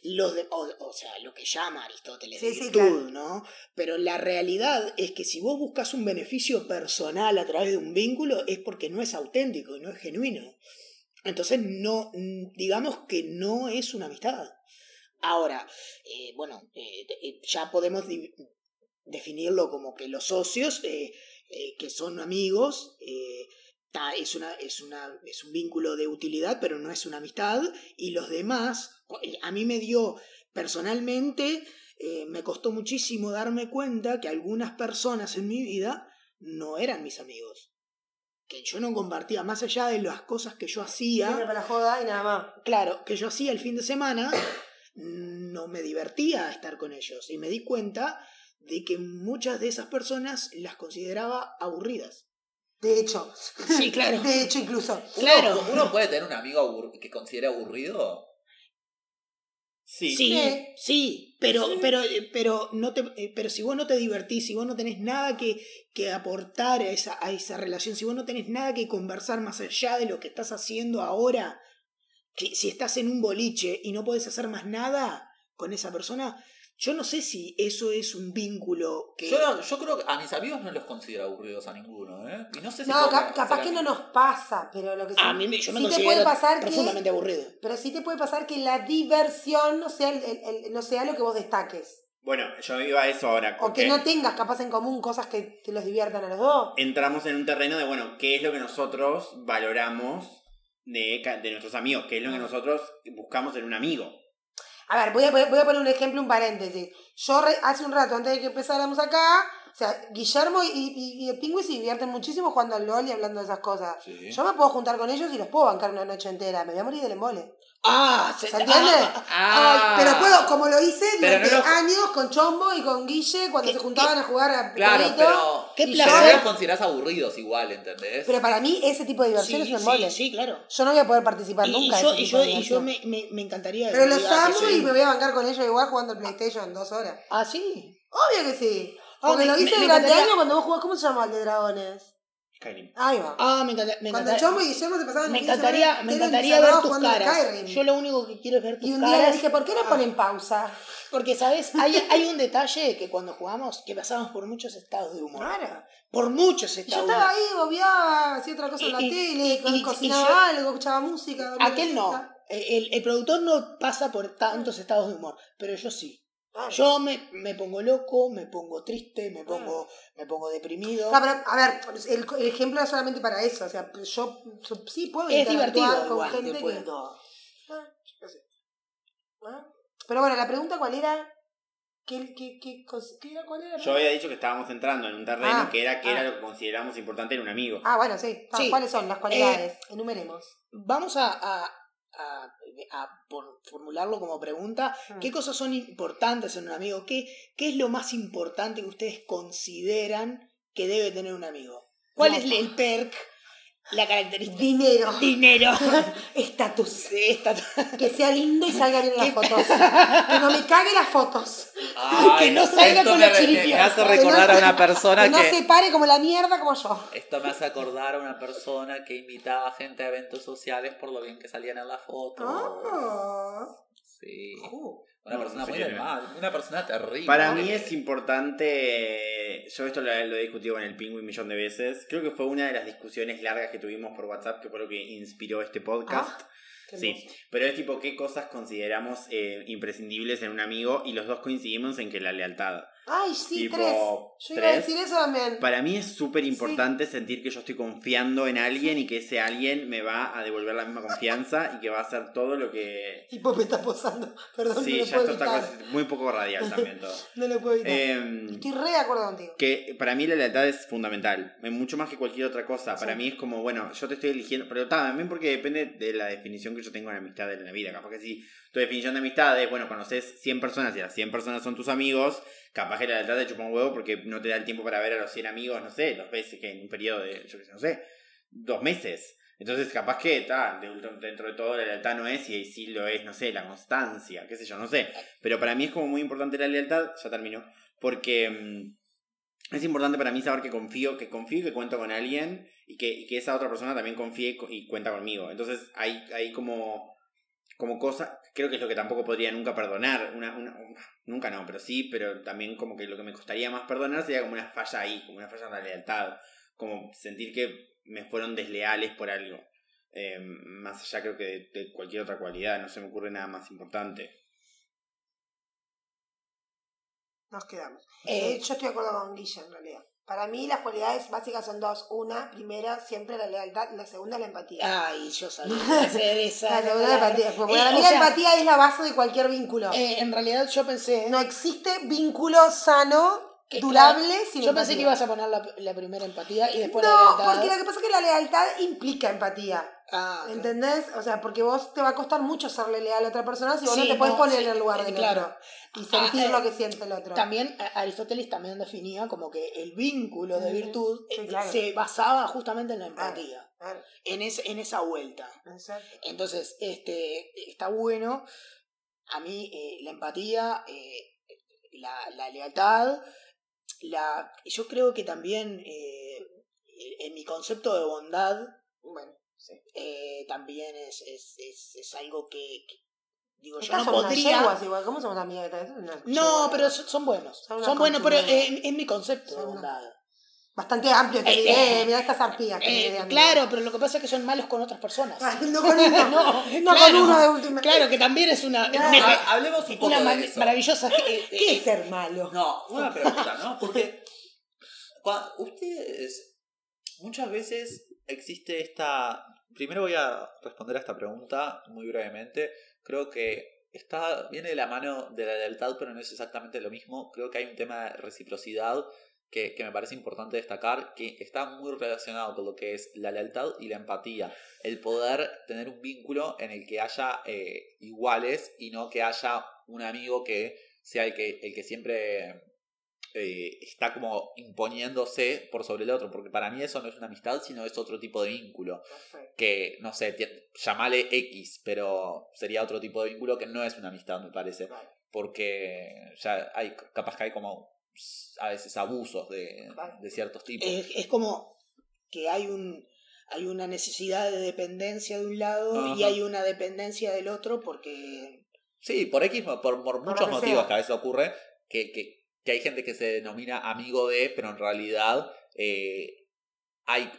A: Los de- o, o sea, lo que llama Aristóteles
C: Sí, sí,
A: virtud,
C: claro.
A: ¿no? Pero la realidad es que si vos buscas un beneficio personal a través de un vínculo es porque no es auténtico, no es genuino. Entonces, no, mm, digamos que no es una amistad. Ahora, eh, bueno, eh, de- eh, ya podemos di- definirlo como que los socios eh, eh, que son amigos, eh, ta- es, una, es, una, es un vínculo de utilidad, pero no es una amistad, y los demás, co- eh, a mí me dio personalmente, eh, me costó muchísimo darme cuenta que algunas personas en mi vida no eran mis amigos, que yo no compartía, más allá de las cosas que yo hacía
C: Siempre para la joda y nada más.
A: claro, que yo hacía el fin de semana, no me divertía estar con ellos. Y me di cuenta de que muchas de esas personas las consideraba aburridas.
C: De hecho,
A: Sí, claro.
C: de hecho incluso.
A: Claro.
B: Uno, uno puede tener un amigo abur- que considere aburrido.
D: Sí.
A: Sí,
C: Sí.
A: sí, pero, pero, pero, no te, eh, pero si vos no te divertís, si vos no tenés nada que, que aportar a esa, a esa relación, si vos no tenés nada que conversar más allá de lo que estás haciendo ahora, que si estás en un boliche y no podés hacer más nada con esa persona, yo no sé si eso es un vínculo que...
B: Yo, no- yo creo que a mis amigos no los considero aburridos a ninguno, ¿eh? Y no sé si
C: No,
B: puedo
C: cap- capaz
B: considerar-
C: que no nos pasa, pero lo que sí-
A: a mí me- yo me
C: sí te
A: considero
C: puede pasar
A: profundamente
C: que.
A: aburrido.
C: Pero sí te puede pasar que la diversión no sea, el- el- el- no sea lo que vos destaques.
D: Bueno, yo iba a eso ahora.
C: O que
A: Eh.
D: porque
C: no tengas capaz en común cosas que, que los diviertan a los dos.
D: Entramos en un terreno de, bueno, ¿qué es lo que nosotros valoramos de, ca- de nuestros amigos? ¿Qué es
C: Ah.
D: lo que nosotros buscamos en un amigo?
C: A ver, voy a, voy a poner un ejemplo, un paréntesis. Yo re- hace un rato, antes de que empezáramos acá, o sea, Guillermo y, y- y el Pingüi se divierten muchísimo jugando al LOL y hablando de esas cosas.
B: Sí.
C: Yo me puedo juntar con ellos y los puedo bancar una noche entera. Me voy a morir del embole.
A: Ah, se,
C: ¿Se entiende?
A: ah,
B: Ah.
C: Ay, pero puedo, como lo hice
B: Pero
C: durante
B: no lo-
C: años con Chombo y con Guille cuando
A: ¿Qué-
C: se juntaban a jugar a
B: Claro,
C: pelito.
B: pero.
A: Qué
B: pero
A: placer.
B: los considerás aburridos igual, ¿entendés?
C: Pero para mí ese tipo de
A: ah,
C: diversión
A: sí,
C: es un
A: sí,
C: embole.
A: sí, claro.
C: Yo no voy a poder participar
A: Y, y
C: nunca. de
A: yo,
C: ese
A: y
C: tipo de
A: yo, y yo
C: diversión.
A: me, me, me encantaría...
C: Pero los
A: decir, ah, que
C: amo
A: sí.
C: y me voy a bancar con ellos igual jugando al PlayStation dos horas.
A: Ah, sí.
C: Obvio que sí.
A: Ah,
C: Porque
A: me-
C: lo hice
A: me- me
C: durante
A: encantaría-
C: años cuando vos jugás, ¿cómo se llama el de dragones?
D: Skyrim.
C: Ahí va.
A: Ah, me, encanta- me
C: cuando
A: encantaría-
C: Chombo y Guillermo se pasaban
A: me
C: un fin de
A: encantaría,
C: semana
A: me
C: entero
A: encantaría ver
C: encerrados
A: tus
C: jugando al
A: caras.
C: Skyrim.
A: Yo lo único que quiero es ver tus
C: Y un día le
A: caras. Ah.
C: dije, ¿por qué no ponen pausa?
A: Porque, ¿sabes? Hay, hay un detalle que cuando jugamos, que pasamos por muchos estados de humor.
C: Claro.
A: Por muchos
C: Y yo
A: estados de humor.
C: estaba ahí, bobeaba, hacía otra cosa en la
A: Y- y-
C: tele,
A: y-
C: co-
A: y-
C: cocinaba
A: y yo-
C: algo, escuchaba música. dormía
A: Aquel no. Eh,
C: siesta.
A: El, el productor no pasa por tantos estados de humor, pero yo sí.
C: Claro.
A: Yo me, me pongo loco, me pongo triste, me pongo, me pongo deprimido.
C: No, pero, a ver, el, el ejemplo es solamente para eso. O sea, yo su- sí puedo
A: Es
C: interactuar
A: divertido
C: con
A: igual,
C: gente
A: después
C: que-
A: de todo.
C: Ah, yo qué sé. Ah, Pero bueno, la pregunta cuál era. ¿Qué, qué, qué, cos- qué era, ¿Cuál era?
D: Yo había dicho que estábamos entrando en un terreno
C: Ah,
D: que era que era
C: ah.
D: lo que consideramos importante en un amigo.
C: Ah, bueno, sí. Eh, Ah,
A: Sí.
C: ¿Cuáles son las cualidades? Enumeremos.
A: Vamos a, a- a- a por- formularlo como pregunta.
C: Mm.
A: ¿Qué cosas son importantes en un amigo? ¿Qué, ¿Qué es lo más importante que ustedes consideran que debe tener un amigo? ¿Cuál es el perk, la característica?
C: Dinero,
A: Dinero.
C: estatus.
A: De esta-
C: Que sea lindo y salga bien las
A: ¿Qué?
C: fotos. Que no me cague las fotos.
A: que no salga
B: esto
A: con
B: me,
A: los
B: re- me-
A: chiripios.
B: me hace
C: Que
B: recordar
C: no
B: a
C: se-
B: una persona
C: Que
B: que.
C: no se pare como la mierda como yo.
B: Esto me hace acordar a una persona que invitaba gente a eventos sociales por lo bien que salían en las fotos.
C: Ah.
B: Sí.
C: Ujú.
B: Una
D: No,
B: persona
D: no sé
B: muy
D: quién
B: del
D: es.
B: mal, una persona terrible.
D: Para
C: eh,
D: mí es importante, eh, yo esto lo, lo he discutido con el Pingüi un millón de veces, creo que fue una de las discusiones largas que tuvimos por WhatsApp, que fue lo que inspiró este podcast.
C: Ah, Qué
D: sí,
C: hermoso.
D: pero es tipo, ¿qué cosas consideramos eh, imprescindibles en un amigo? Y los dos coincidimos en que la lealtad.
C: Ay, sí,
D: Tipo,
C: tres. Yo iba a
D: tres.
C: decir eso también.
D: Para mí es súper importante sentir que yo estoy confiando en alguien y que ese alguien me va a devolver la misma confianza y que va a hacer todo lo que...
C: Y Pope está posando. Perdón,
D: Sí,
C: no lo
D: ya
C: puedo
D: esto está
C: evitar.
D: casi- muy poco radial también todo.
C: No lo puedo evitar.
D: Em,
C: Estoy re de acuerdo contigo.
D: Que para mí la lealtad es fundamental, eh, mucho más que cualquier otra cosa. Para
C: Sí.
D: mí es como, bueno, yo te estoy eligiendo, pero ta, también porque depende de la definición que yo tengo de la amistad en la vida. Capaz que si tu definición de amistad es, bueno, conoces 100 personas y las 100 personas son tus amigos, capaz bajé la lealtad te chupa un huevo porque no te da el tiempo para ver a los 100 amigos, no sé, dos veces, que en un periodo de, yo qué sé, no sé, dos meses. Entonces, capaz que, ta, de ultra- dentro de todo, la lealtad no es, y sí lo es, no sé, la constancia, qué sé yo, no sé. Pero para mí es como muy importante la lealtad, ya terminó, porque mm, es importante para mí saber que confío, que confío y que cuento con alguien, y que, y que esa otra persona también confíe y cu- y cuenta conmigo. Entonces, hay, hay como, como cosa, creo que es lo que tampoco podría nunca perdonar, una, una, Nunca no, pero sí, pero también como que lo que me costaría más perdonar sería como una falla ahí, como una falla en la lealtad, como sentir que me fueron desleales por algo. Eh, más allá creo que de, de cualquier otra cualidad, no se me ocurre nada más importante.
C: Nos quedamos. Eh,
A: Eh,
C: yo estoy de acuerdo con Guilla, en realidad. Para mí las cualidades básicas son dos. Una, primera, siempre la lealtad. La segunda, la empatía.
A: ay, yo sabía que iba a hacer esa.
C: la segunda, la empatía. Porque
A: Ah, Eh,
C: para mí
A: o
C: la
A: sea,
C: empatía es la base de cualquier vínculo.
A: eh, en realidad yo pensé.
C: no existe vínculo sano,
A: Que,
C: durable, sin
A: eh, yo pensé
C: empatía.
A: que ibas a poner la, la primera empatía y después la
C: No,
A: lealtad.
C: porque lo que pasa es que la lealtad implica empatía.
A: Ah, claro.
C: ¿Entendés? O sea, porque vos te va a costar mucho serle leal a otra persona si vos
A: Sí,
C: no te podés
A: no,
C: poner
A: sí,
C: en el lugar
A: eh,
C: del
A: claro.
C: otro y sentir
A: Ah, eh,
C: lo que siente el otro.
A: También a- Aristóteles también definía como que el vínculo de
C: Ujú.
A: virtud
C: Sí,
A: eh,
C: claro.
A: se basaba justamente en la empatía,
C: Claro,
A: en, es- en esa vuelta.
C: exacto.
A: Entonces, este, está bueno. A mí eh, la empatía, eh, la, la lealtad, la, yo creo que también eh, en mi concepto de bondad
C: Bueno, sí.
A: eh, también es, es, es, es algo que, que- digo, yo no
C: Estas son unas yeguas
A: podría...
C: igual. ¿Cómo somos amigas? Estas son unas
A: No,
C: yeguas.
A: pero son son buenos.
C: Son
A: Son,
C: unas
A: buenos, pero eh,
C: consumidas.
A: en, en mi concepto de
C: Son unas-
A: bondad.
C: Bastante amplio, te
A: Eh,
C: diré.
A: eh,
C: Mirá estas arpías. que
A: Eh,
C: tenés de amiga.
A: claro, pero lo que pasa es que son malos con otras personas.
C: no con uno,
A: No,
C: no con
A: claro.
C: uno de última.
A: Claro, que también es una,
C: Claro.
A: una-
B: Ha- Ah, Hablemos un poco
A: una
B: de
A: ma-
B: eso.
A: maravillosa... eh,
C: ¿Qué
A: eh,
C: es ser malo?
B: No, una pregunta, ¿no? Porque cua- ustedes muchas veces existe esta... Primero voy a responder a esta pregunta muy brevemente. Creo que está viene de la mano de la lealtad, pero no es exactamente lo mismo. Creo que hay un tema de reciprocidad que, que me parece importante destacar, que está muy relacionado con lo que es la lealtad y la empatía. El poder tener un vínculo en el que haya eh, iguales y no que haya un amigo que sea el que, el que siempre eh, está como imponiéndose por sobre el otro, porque para mí eso no es una amistad, sino es otro tipo de vínculo,
C: Perfecto.
B: que no sé, tie- llamale X, pero sería otro tipo de vínculo que no es una amistad, me parece,
C: Vale.
B: porque ya hay, capaz que hay como a veces abusos de,
C: Claro.
B: de ciertos tipos.
A: es, es como que hay un hay una necesidad de dependencia de un lado y
B: Ajá.
A: hay una dependencia del otro porque
B: Sí, por X, mo- por, por
C: lo
B: muchos
C: que
B: motivos
C: sea.
B: que a veces ocurre, que, que, que hay gente que se denomina amigo de, pero en realidad eh, hay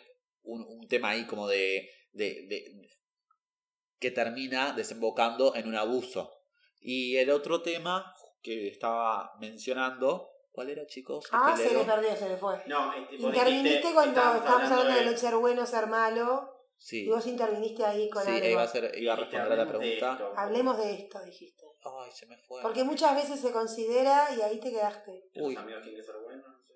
B: un, un tema ahí como de, de- de- que termina desembocando en un abuso. Y el otro tema que estaba mencionando, ¿cuál era, chicos?
C: Ah,
B: Que
C: se
B: leo.
C: le perdió, se le fue.
D: No, este, vos
C: Interviniste
D: dijiste-
C: cuando
D: estábamos
C: estábamos hablando de...
D: de-
C: lo de ser bueno, ser malo.
B: Sí,
C: Y vos interviniste ahí con
B: sí
C: algo.
B: iba, a ser- iba a
D: dijiste,
B: responder a la
D: hablemos de
B: pregunta.
D: esto.
C: Hablemos de esto, dijiste.
B: Ay, se me fue.
C: Porque muchas veces se considera y ahí te quedaste.
D: Los
B: Uy.
D: amigos tienen que ser buenos, no sé.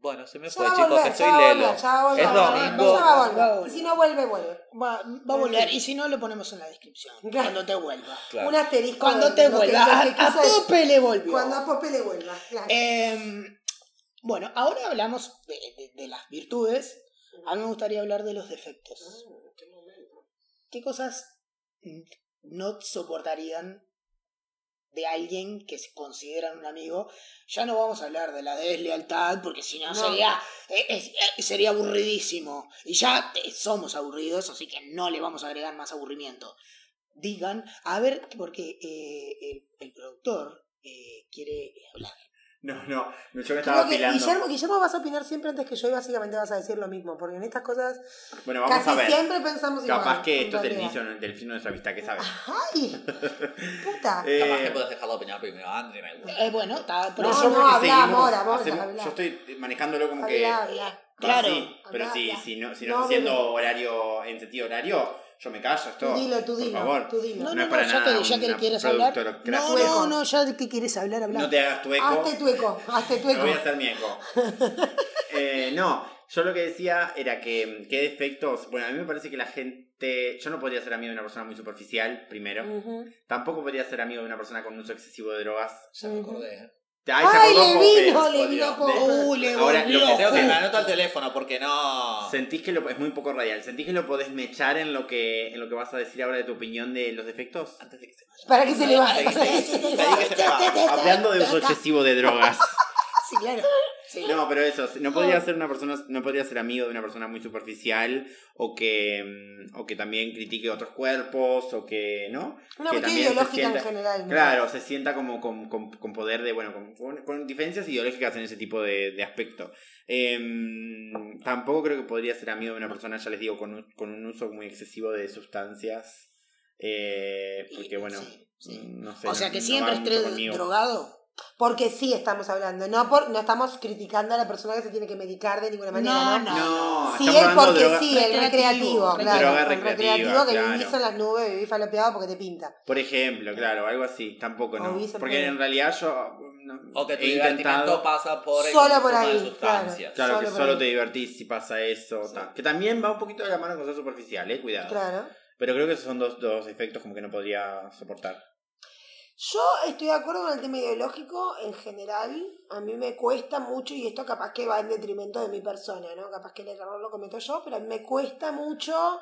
B: Bueno, se me
C: Ya
B: fue,
C: va a
B: chicos,
C: volver,
B: estoy
C: ya va a
B: lelo.
C: volver, ya va a volver,
B: Es
C: ya va a
B: domingo.
C: volver, ya va a volver.
A: Va a volver.
C: Y si no vuelve, vuelve.
A: va, va a volver y si no lo ponemos en la descripción
C: Claro.
A: cuando te vuelva
B: Claro.
C: Un asterisco.
A: cuando
C: de
A: te
C: lo que-
A: vuelva
C: lo
A: a,
C: que
A: a
C: quiso decir.
A: Pope le volvió
C: Cuando a Pope le vuelva, claro.
A: Em, bueno ahora hablamos de, de- de las virtudes a mí me gustaría hablar de los defectos
C: Ah, qué momento.
A: qué cosas mm, no soportarían de alguien que se consideran un amigo. Ya no vamos a hablar de la deslealtad, porque si no,
C: No.
A: sería eh, es- eh, sería aburridísimo. Y ya eh, somos aburridos, así que no le vamos a agregar más aburrimiento. Digan, a ver, porque eh, el, el productor eh, quiere hablar.
D: No, no, yo me estaba
C: Creo que
D: apilando.
C: Guillermo, Guillermo vas a opinar siempre antes que yo y básicamente vas a decir lo mismo, porque en estas cosas
D: Bueno, vamos
C: casi
D: a ver.
C: siempre pensamos igual.
D: Capaz que esto es el
C: en
D: inicio
C: realidad.
D: del fin de nuestra amistad, que sabes.
C: ¡Ay! ¡Puta!
D: Eh,
B: Capaz que puedes dejarlo opinar primero, André, me gusta.
A: Eh, bueno, está por
C: No,
A: eso.
C: no,
D: porque
C: habla,
D: seguimos,
C: amor, amor,
D: hacemos-
C: habla.
D: Yo estoy manejándolo como que.
C: Habla, habla.
A: Claro.
D: Sí, pero
C: Habla,
D: si,
C: habla.
D: si no, si
C: No,
D: no, está haciendo
C: dime.
D: horario en sentido horario, yo me callo,
C: Tú
D: esto.
C: dilo, tú
D: por
C: dilo.
D: favor.
C: Tú dilo.
A: No,
D: No
A: no,
D: es
A: no,
D: para
A: ya te
D: nada
A: ya que
D: una
A: quieres hablar. No,
D: productorocracia.
A: no, no, ya que quieres hablar, habla.
D: No te hagas tu eco.
C: Hazte tu eco, hazte tu
D: Me
C: eco.
D: voy a hacer mi eco. Eh, no, yo lo que decía era que qué defectos. Bueno, a mí me parece que la gente. Yo no podría ser amigo de una persona muy superficial, primero.
C: Ujú.
D: Tampoco podría ser amigo de una persona con uso excesivo de drogas.
B: Ya me acordé.
D: Ahí se
C: ¡Ay,
D: acordó
C: le
D: Pope,
C: vino!
D: jodió.
C: Le vino
D: De-
C: por.
A: ¡Uh, le
D: Ahora, lo
A: volvió!
D: que
B: Tengo que me
A: Ju-
B: anoto el teléfono porque no.
D: ¿Sentís que lo, es muy poco radial? ¿Sentís que lo podés mechar en lo que en lo que vas a decir ahora de tu opinión de los defectos?
B: Antes de que se vaya.
C: Para que se le vaya.
B: Para que se- para que se le vaya.
D: Hablando de uso excesivo de drogas.
A: Ah, Sí, claro. Sí.
D: No, pero eso, no podría ser una persona, no podría ser amigo de una persona muy superficial o que mm, o que también critique otros cuerpos o que, ¿no?
C: Una
D: que
C: cuestión
D: también se
C: ideológica en
D: sienta-
C: general. ¿no?
D: Claro, se sienta como con, con- con poder de, bueno, con, con- con diferencias ideológicas en ese tipo de, de aspecto. Em, tampoco creo que podría ser amigo de una persona, ya les digo, con un, con un uso muy excesivo de sustancias. eh, porque, bueno,
A: Sí, sí.
D: no sé.
A: O sea
D: no-
A: que
D: no
A: siempre
D: va mucho
A: estés
D: conmigo.
A: drogado.
C: Porque sí estamos hablando. No, por, no estamos criticando a la persona que se tiene que medicar de ninguna manera.
A: No,
C: No,
A: no.
D: No,
C: Sí,
D: estamos
C: el
D: hablando de
C: porque
D: droga-
C: sí, el recreativo.
A: Recreativo,
C: Claro,
D: droga
C: el
D: recreativa,
C: recreativo que
D: claro.
C: vivís en las nubes, vivís falopeado porque te pinta.
D: Por ejemplo, claro, algo así, tampoco
C: O
D: no.
C: vice
D: Porque
C: versa.
D: en realidad yo no,
B: O que tu
D: he
B: divertimento
D: intentado.
B: pasa por el
C: Solo por
B: consumo de
C: ahí,
B: sustancias.
D: Claro,
C: solo
D: que
C: por
D: solo
C: ahí.
D: te divertís si pasa eso.
C: Sí.
D: tal. Que también va un poquito de la mano con ser superficial, eh, cuidado.
C: Claro.
D: Pero creo que esos son dos, dos efectos como que no podría soportar.
C: Yo estoy de acuerdo con el tema ideológico en general. A mí me cuesta mucho, y esto capaz que va en detrimento de mi persona, ¿no? Capaz que el error lo cometo yo, pero a mí me cuesta mucho. O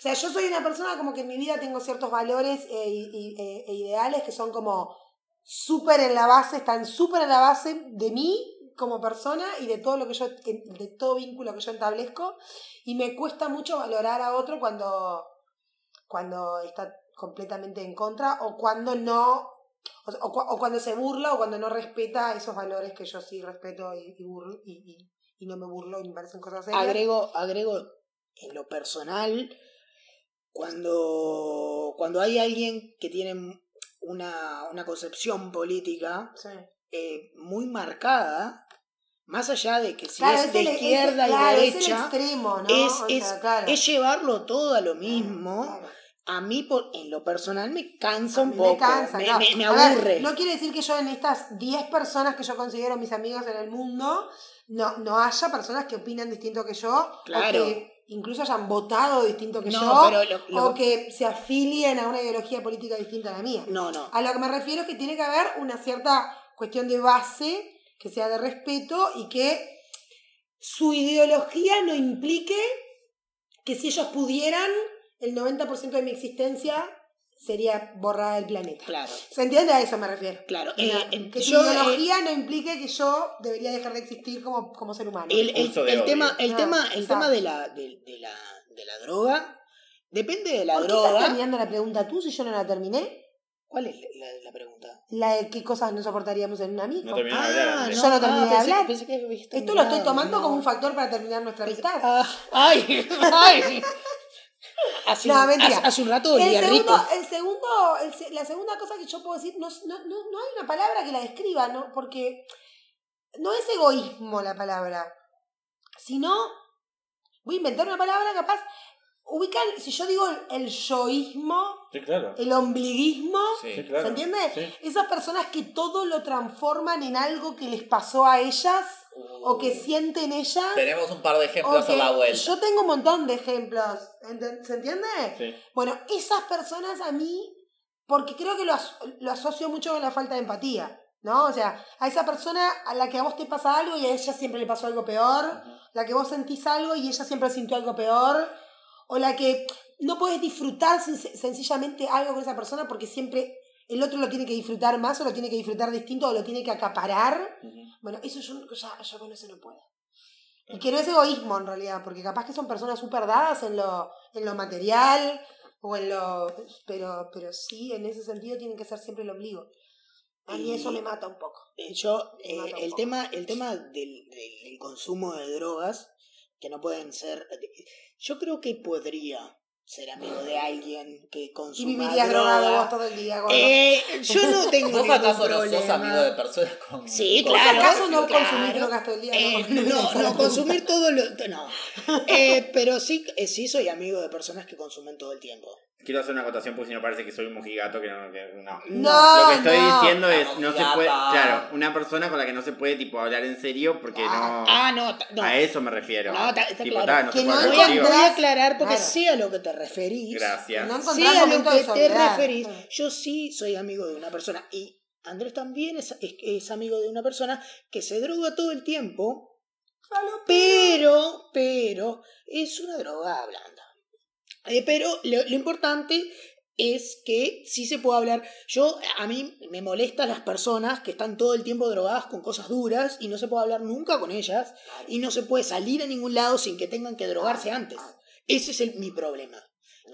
C: sea, yo soy una persona como que en mi vida tengo ciertos valores e, y- e- e ideales que son como súper en la base, están súper en la base de mí como persona y de todo lo que yo, de todo vínculo que yo establezco. Y me cuesta mucho valorar a otro cuando, cuando está completamente en contra o cuando no o, sea, o cua- o cuando se burla o cuando no respeta esos valores que yo sí respeto y, y burlo- y, y- y no me burlo y me parecen cosas serias.
A: agrego, agrego en lo personal, cuando, cuando hay alguien que tiene una, una concepción política
C: Sí.
A: eh, muy marcada, más allá de que si
C: Claro,
A: es,
C: es
A: de
C: el- es-
A: izquierda
C: claro,
A: y
C: es el
A: derecha,
C: extremo, ¿no?
A: es-
C: O sea,
A: es-
C: claro.
A: es llevarlo todo a lo mismo.
C: Claro.
A: A mí, por, en lo personal, me cansa
C: A
A: un
C: mí
A: poco.
C: Me cansa,
A: me,
C: no.
A: me- me
C: A ver,
A: aburre.
C: no quiere decir que yo en estas 10 personas que yo considero mis amigos en el mundo, no, no haya personas que opinan distinto que yo.
A: Claro.
C: O que incluso hayan votado distinto que
A: No,
C: yo.
A: pero lo- lo-
C: O que se afilien a una ideología política distinta a la mía.
A: no, no.
C: A lo que me refiero es que tiene que haber una cierta cuestión de base, que sea de respeto y que su ideología no implique que si ellos pudieran, el 90% de mi existencia sería borrada del planeta.
A: Claro,
C: ¿Se entiende a eso me refiero?
A: claro.
C: O sea,
A: Eh, eh,
C: que su
A: yo, eh,
C: ideología no implique que yo debería dejar de existir como, como ser humano.
A: el, el-
D: Discurso de
A: el
D: odio.
A: tema, el
C: Ah,
A: tema, el
C: exacto.
A: tema de la, de, de la, de la droga depende de la
C: ¿Por qué estás
A: droga.
C: terminando la pregunta tú si yo no la terminé?
A: ¿Cuál es la, la pregunta?
C: La de qué cosas no soportaríamos en un amigo.
A: Ah,
D: No terminé de hablar, Andrés.
C: Yo no terminé de
A: pensé-
C: hablar.
A: pensé que habías
C: Esto lo estoy
A: terminado,
C: tomando
A: no.
C: como un factor para terminar nuestra amistad.
A: Ah, ay, ay. Hace,
C: No,
A: un-
C: mentira.
A: hace- hace un rato
C: El
A: olía rico.
C: segundo, el segundo, el se- la segunda cosa que yo puedo decir, no, no, no, no hay una palabra que la describa, ¿no? porque no es egoísmo la palabra, sino, voy a inventar una palabra capaz, ubican, si yo digo el- el yoísmo,
D: Sí, claro.
C: el ombliguismo,
A: Eh,
B: Sí.
C: ¿se entiende? Esas personas que todo lo transforman en algo que les pasó a ellas o que sienten ellas.
B: Uh. Tenemos un par de ejemplos
C: o
B: a la
C: que-
B: vuelta.
C: Yo tengo un montón de ejemplos, ¿enten- ¿se entiende? Bueno, esas personas a mí, porque creo que lo, as- lo asocio mucho con la falta de empatía, ¿no? O sea, a esa persona a la que a vos te pasa algo y a ella siempre le pasó algo peor, la que vos sentís algo y ella siempre sintió algo peor, o la que no puedes disfrutar sen- sencillamente algo con esa persona porque siempre el otro lo tiene que disfrutar más o lo tiene que disfrutar distinto o lo tiene que acaparar. Bueno, eso yo, ya- yo con eso no puedo. Y que no es egoísmo en realidad, porque capaz que son personas súper dadas en lo, en lo material o en lo... Pero, pero sí, en ese sentido tienen que ser siempre el ombligo. A mí
A: Y-
C: eso me mata un poco.
A: Eh, Yo, eh,
C: Mata un
A: el,
C: poco.
A: tema, el tema del, del- del consumo de drogas, que no pueden ser... Yo creo que podría ser amigo de alguien que
C: Y
A: consuma
C: vivirías drogado vos
A: droga.
C: todo el día, gordo.
A: Eh, yo no tengo
B: ¿Vos
A: ningún
B: acaso no sos
A: problema.
B: amigo de personas con...
A: Sí,
B: con-
C: ¿Vos
A: claro,
C: acaso no
A: claro.
C: consumís drogas todo el día?
A: Eh,
C: gordo?
A: no,
C: Esa es la
A: no,
C: pregunta.
A: consumir todo lo... No. Eh, pero sí, eh, sí soy amigo de personas que consumen todo el tiempo.
D: Quiero hacer una acotación porque si no parece que soy un mojigato que no. que no.
C: No,
D: Lo que estoy
C: no.
D: diciendo
B: La
D: es, no se
B: mojigata.
D: puede. Claro, una persona con la que no se puede tipo hablar en serio porque no.
A: Ah, no, ta- no.
D: A eso me refiero.
A: No, está- está
D: Tipo,
A: claro.
D: ta, no se
C: Que
D: puede
C: no
A: Voy
D: hablar
A: a,
D: contigo.
A: voy a aclarar porque
C: Claro.
A: sea lo que te referís.
D: Gracias.
C: No encontrás
A: sea lo
C: momento de
A: que te
C: soledad.
A: referís.
C: Mm.
A: Yo sí soy amigo de una persona y Andrés también es, es- es amigo de una persona que se droga todo el tiempo,
C: A lo
A: pero, pero, es una droga blanda. Eh, pero lo, lo importante es que sí se puede hablar. Yo, a mí me molestan las personas que están todo el tiempo drogadas con cosas duras y no se puede hablar nunca con ellas y no se puede salir a ningún lado sin que tengan que drogarse antes. Ese es el- mi problema.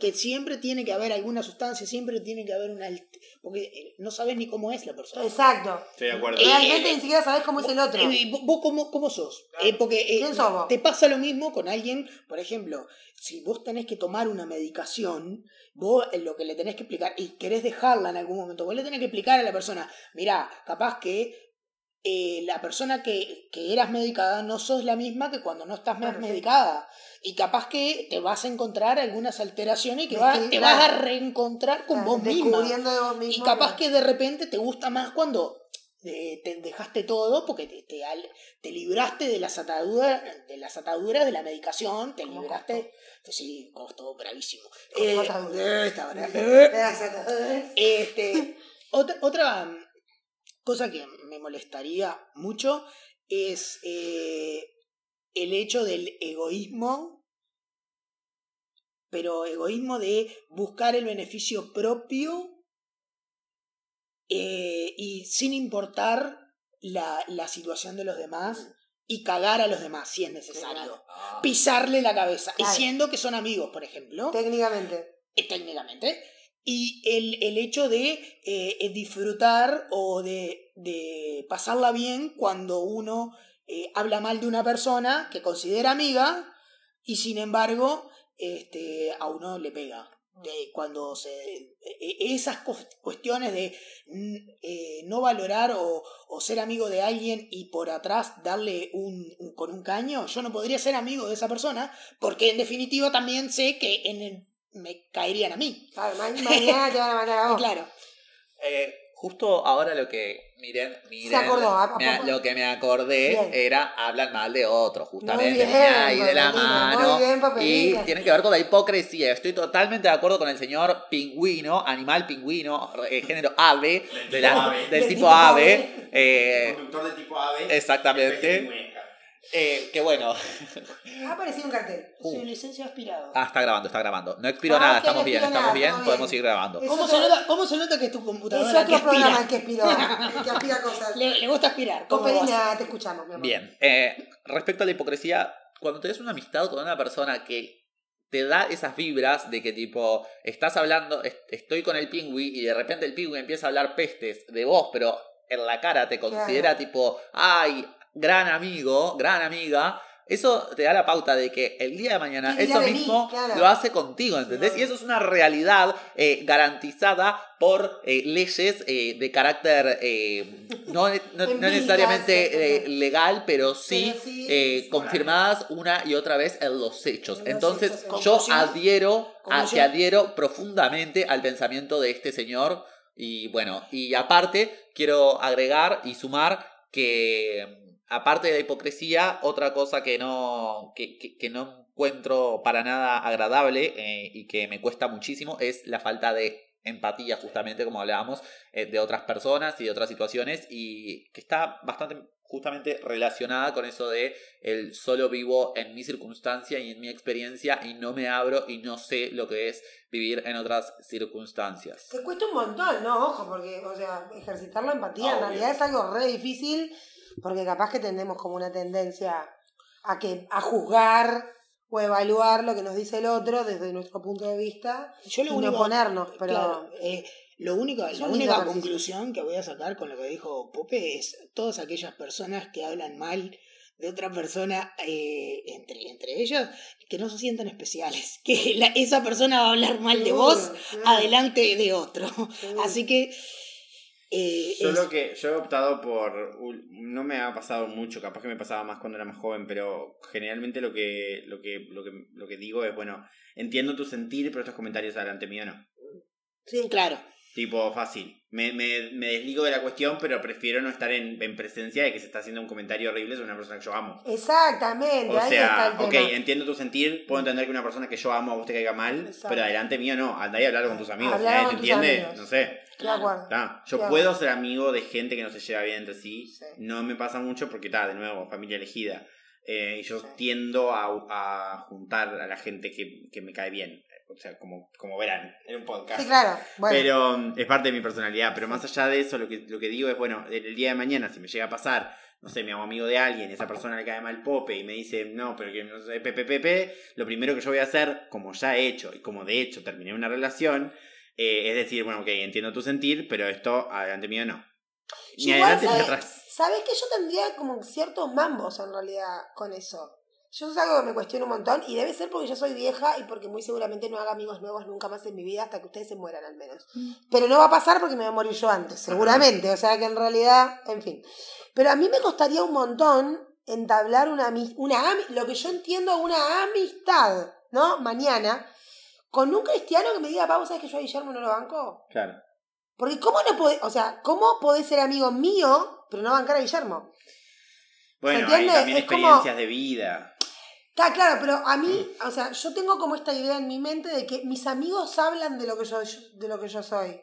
A: Que siempre tiene que haber alguna sustancia, siempre tiene que haber una... alt- Porque eh, no sabes ni cómo es la persona.
C: Exacto.
D: Estoy de acuerdo.
A: Eh,
C: Realmente ni siquiera sabes cómo es el otro.
A: Eh, ¿Vos, vos cómo, cómo sos?
D: Claro.
A: Eh, porque eh,
C: ¿Quién sos vos?
A: te pasa lo mismo con alguien, por ejemplo, si vos tenés que tomar una medicación, vos eh, lo que le tenés que explicar, y querés dejarla en algún momento, vos le tenés que explicar a la persona, mirá, capaz que eh, la persona que, que eras medicada no sos la misma que cuando no estás más
C: Claro, Ah, sí.
A: medicada. Y capaz que te vas a encontrar algunas alteraciones y que
C: Sí,
A: vas-
C: sí,
A: te
C: claro.
A: vas a reencontrar con vos misma.
C: Descubriendo de vos
A: Y
C: mismo.
A: capaz que de repente te gusta más cuando eh, te dejaste todo porque te, te, al- te libraste de las ataduras de las ataduras de la medicación, te
C: ¿Cómo
A: libraste.
C: costó?
A: pues sí, costó bravísimo.
C: ¿Cómo
A: Eh,
C: ataduras?
A: eh, esta hora, eh.
C: Exacto.
A: Este, otra, otra mm, cosa que me molestaría mucho es eh, el hecho del egoísmo, pero egoísmo de buscar el beneficio propio eh, y sin importar la, la situación de los demás y cagar a los demás si es necesario.
B: Ah.
A: Pisarle la cabeza,
C: Claro.
A: diciendo que son amigos, por ejemplo
C: Técnicamente.
A: eh, técnicamente, y el, el hecho de eh, eh, disfrutar o de, de pasarla bien cuando uno eh, habla mal de una persona que considera amiga y sin embargo este, a uno le pega. De cuando se, e- e- esas cos- cuestiones de mm, eh, no valorar o, o ser amigo de alguien y por atrás darle un- un con un caño, yo no podría ser amigo de esa persona porque en definitiva también sé que en el- me caerían a mí.
C: Claro, ma- mañana te van a matar a vos.
A: Claro.
B: Eh, justo ahora lo que miren, miren
C: acordó, a- a
B: me a-
C: poco.
B: lo que me acordé
C: Bien.
B: era hablan mal de otro, justamente
C: Muy bien,
B: viene ahí de la
C: Papelina,
B: mano.
C: muy bien, Papelina.
B: y tiene que ver con la hipocresía. Estoy totalmente de acuerdo con el señor pingüino, animal pingüino, eh, género ave, de
D: Del tipo
B: la-
D: ave.
B: del
C: Del
B: tipo
C: tipo
B: ave.
C: ave.
B: eh,
D: Conductor del tipo ave. especie
B: exactamente.
D: muñeca.
B: Eh, que bueno.
C: Ha aparecido un cartel.
B: Uh.
A: Su licencia aspirado.
B: Ah, está grabando, está grabando. No expiro
C: Ah,
B: nada,
C: ok, no
B: estamos bien,
C: expiro
B: estamos
C: nada,
B: bien,
C: estamos
B: podemos
C: bien.
B: seguir grabando.
C: Es
A: ¿Cómo,
C: otro-
A: se nota, cómo se nota que es tu
C: Es
A: computadora que
C: otro programa
A: aspira?
C: que aspiró. que aspira cosas.
A: Le, le gusta aspirar. ¿Cómo vas?
C: Copelina, te escuchamos, mi amor.
B: Bien, eh, respecto a la hipocresía, cuando tenés una amistad con una persona que te da esas vibras de que tipo, estás hablando, est- estoy con el pingüi y de repente el pingüi empieza a hablar pestes de vos, pero en la cara te considera tipo, ay, gran amigo, gran amiga. Eso te da la pauta de que el día de mañana
C: ¿Qué dirá
B: eso
C: de mí?
B: mismo
C: Claro.
B: lo hace contigo, ¿entendés?
C: Sí,
B: Y eso es una realidad eh, garantizada por eh, leyes eh, de carácter eh, no, no- no
C: Empíricas,
B: necesariamente eh,
C: ajá.
B: legal, pero sí,
C: Pero sí,
B: eh,
C: sí.
B: confirmadas una y otra vez en los hechos.
C: En los
B: Entonces,
C: hechos,
A: sí.
B: yo
A: Conclusión.
B: adhiero a que
A: Conclusión.
B: adhiero profundamente al pensamiento de este señor. Y bueno, y aparte, quiero agregar y sumar que aparte de la hipocresía, otra cosa que no, que, que- que no encuentro para nada agradable eh, y que me cuesta muchísimo es la falta de empatía, justamente como hablábamos, eh, de otras personas y de otras situaciones y que está bastante justamente relacionada con eso de el solo vivo en mi circunstancia y en mi experiencia y no me abro y no sé lo que es vivir en otras circunstancias.
C: Te cuesta un montón, ¿no? Ojo, porque, o sea, ejercitar la empatía en
D: Obvio.
C: realidad es algo re difícil, porque capaz que tenemos como una tendencia a que a juzgar o evaluar lo que nos dice el otro desde nuestro punto de vista
A: Yo
C: y
A: lo
C: no
A: único.
C: ponernos, pero
A: claro, eh, lo único,
C: Es
A: la
C: un
A: única
C: ejercicio.
A: conclusión que voy a sacar con lo que dijo Pope es todas aquellas personas que hablan mal de otra persona eh, entre, entre ellas, que no se sientan especiales, que la- esa persona va a hablar mal de vos adelante de otro. Así que... eh,
D: Yo
A: es-
D: lo que yo he optado por ul- no me ha pasado mucho, capaz que me pasaba más cuando era más joven, pero generalmente lo que lo que lo que lo que digo es, bueno, entiendo tu sentir, pero estos comentarios adelante mío no.
A: Sí, claro.
D: Tipo fácil. Me, me, me desligo de la cuestión, pero prefiero no estar en, en presencia de que se está haciendo un comentario horrible sobre una persona que yo amo.
C: Exactamente,
D: O
C: ahí está
D: sea,
C: el
D: ok,
C: tema.
D: entiendo tu sentir, puedo entender que una persona que yo amo a vos te caiga mal,
C: Exacto.
D: pero adelante mío no. Andá y hablarlo con tus amigos.
C: Hablalo
D: ¿eh?
C: con
D: ¿Te
C: tus
D: entiende?
C: amigos.
D: No sé.
C: De acuerdo.
D: Ta, yo
C: Claro.
D: puedo ser amigo de gente que no se lleva bien entre sí.
C: Sí.
D: No me pasa mucho porque, está, de nuevo, familia elegida. Eh, y yo
C: Sí.
D: tiendo a, a juntar a la gente que, que me cae bien. O sea, como, como verán, en un podcast.
C: Sí, claro. Bueno,
D: Pero mm, es parte de mi personalidad. Pero más allá de eso, lo que, lo que digo es, bueno, el, el día de mañana, si me llega a pasar, no sé, me hago amigo de alguien, esa persona le cae mal Pope y me dice, no, pero que no sé, pepe, pepe", lo primero que yo voy a hacer, como ya he hecho y como de hecho terminé una relación, eh, es decir, bueno, ok, entiendo tu sentir, pero esto adelante mío no. Ni
C: Igual, eh,
D: adelante ni
C: ¿sabes?
D: atrás.
C: Sabes que yo tendría como ciertos mambos en realidad con eso. Yo es algo que me cuestiono un montón y debe ser porque yo soy vieja y porque muy seguramente no haga amigos nuevos nunca más en mi vida hasta que ustedes se mueran al menos. Pero no va a pasar porque me voy a morir yo antes, seguramente. O sea que en realidad, en fin. Pero a mí me costaría un montón entablar una, ami- una ami- lo que yo entiendo una amistad, ¿no? Mañana, con un cristiano que me diga, Pau, ¿sabes que yo a Guillermo no lo banco?
D: Claro.
C: Porque cómo no podés, o sea, ¿cómo podés ser amigo mío, pero no bancar a Guillermo?
D: Bueno, hay
C: entiende?
D: también
C: Es como-
D: experiencias de vida.
C: Está claro, pero a mí, o sea, yo tengo como esta idea en mi mente de que mis amigos hablan de lo que yo, de lo que yo soy.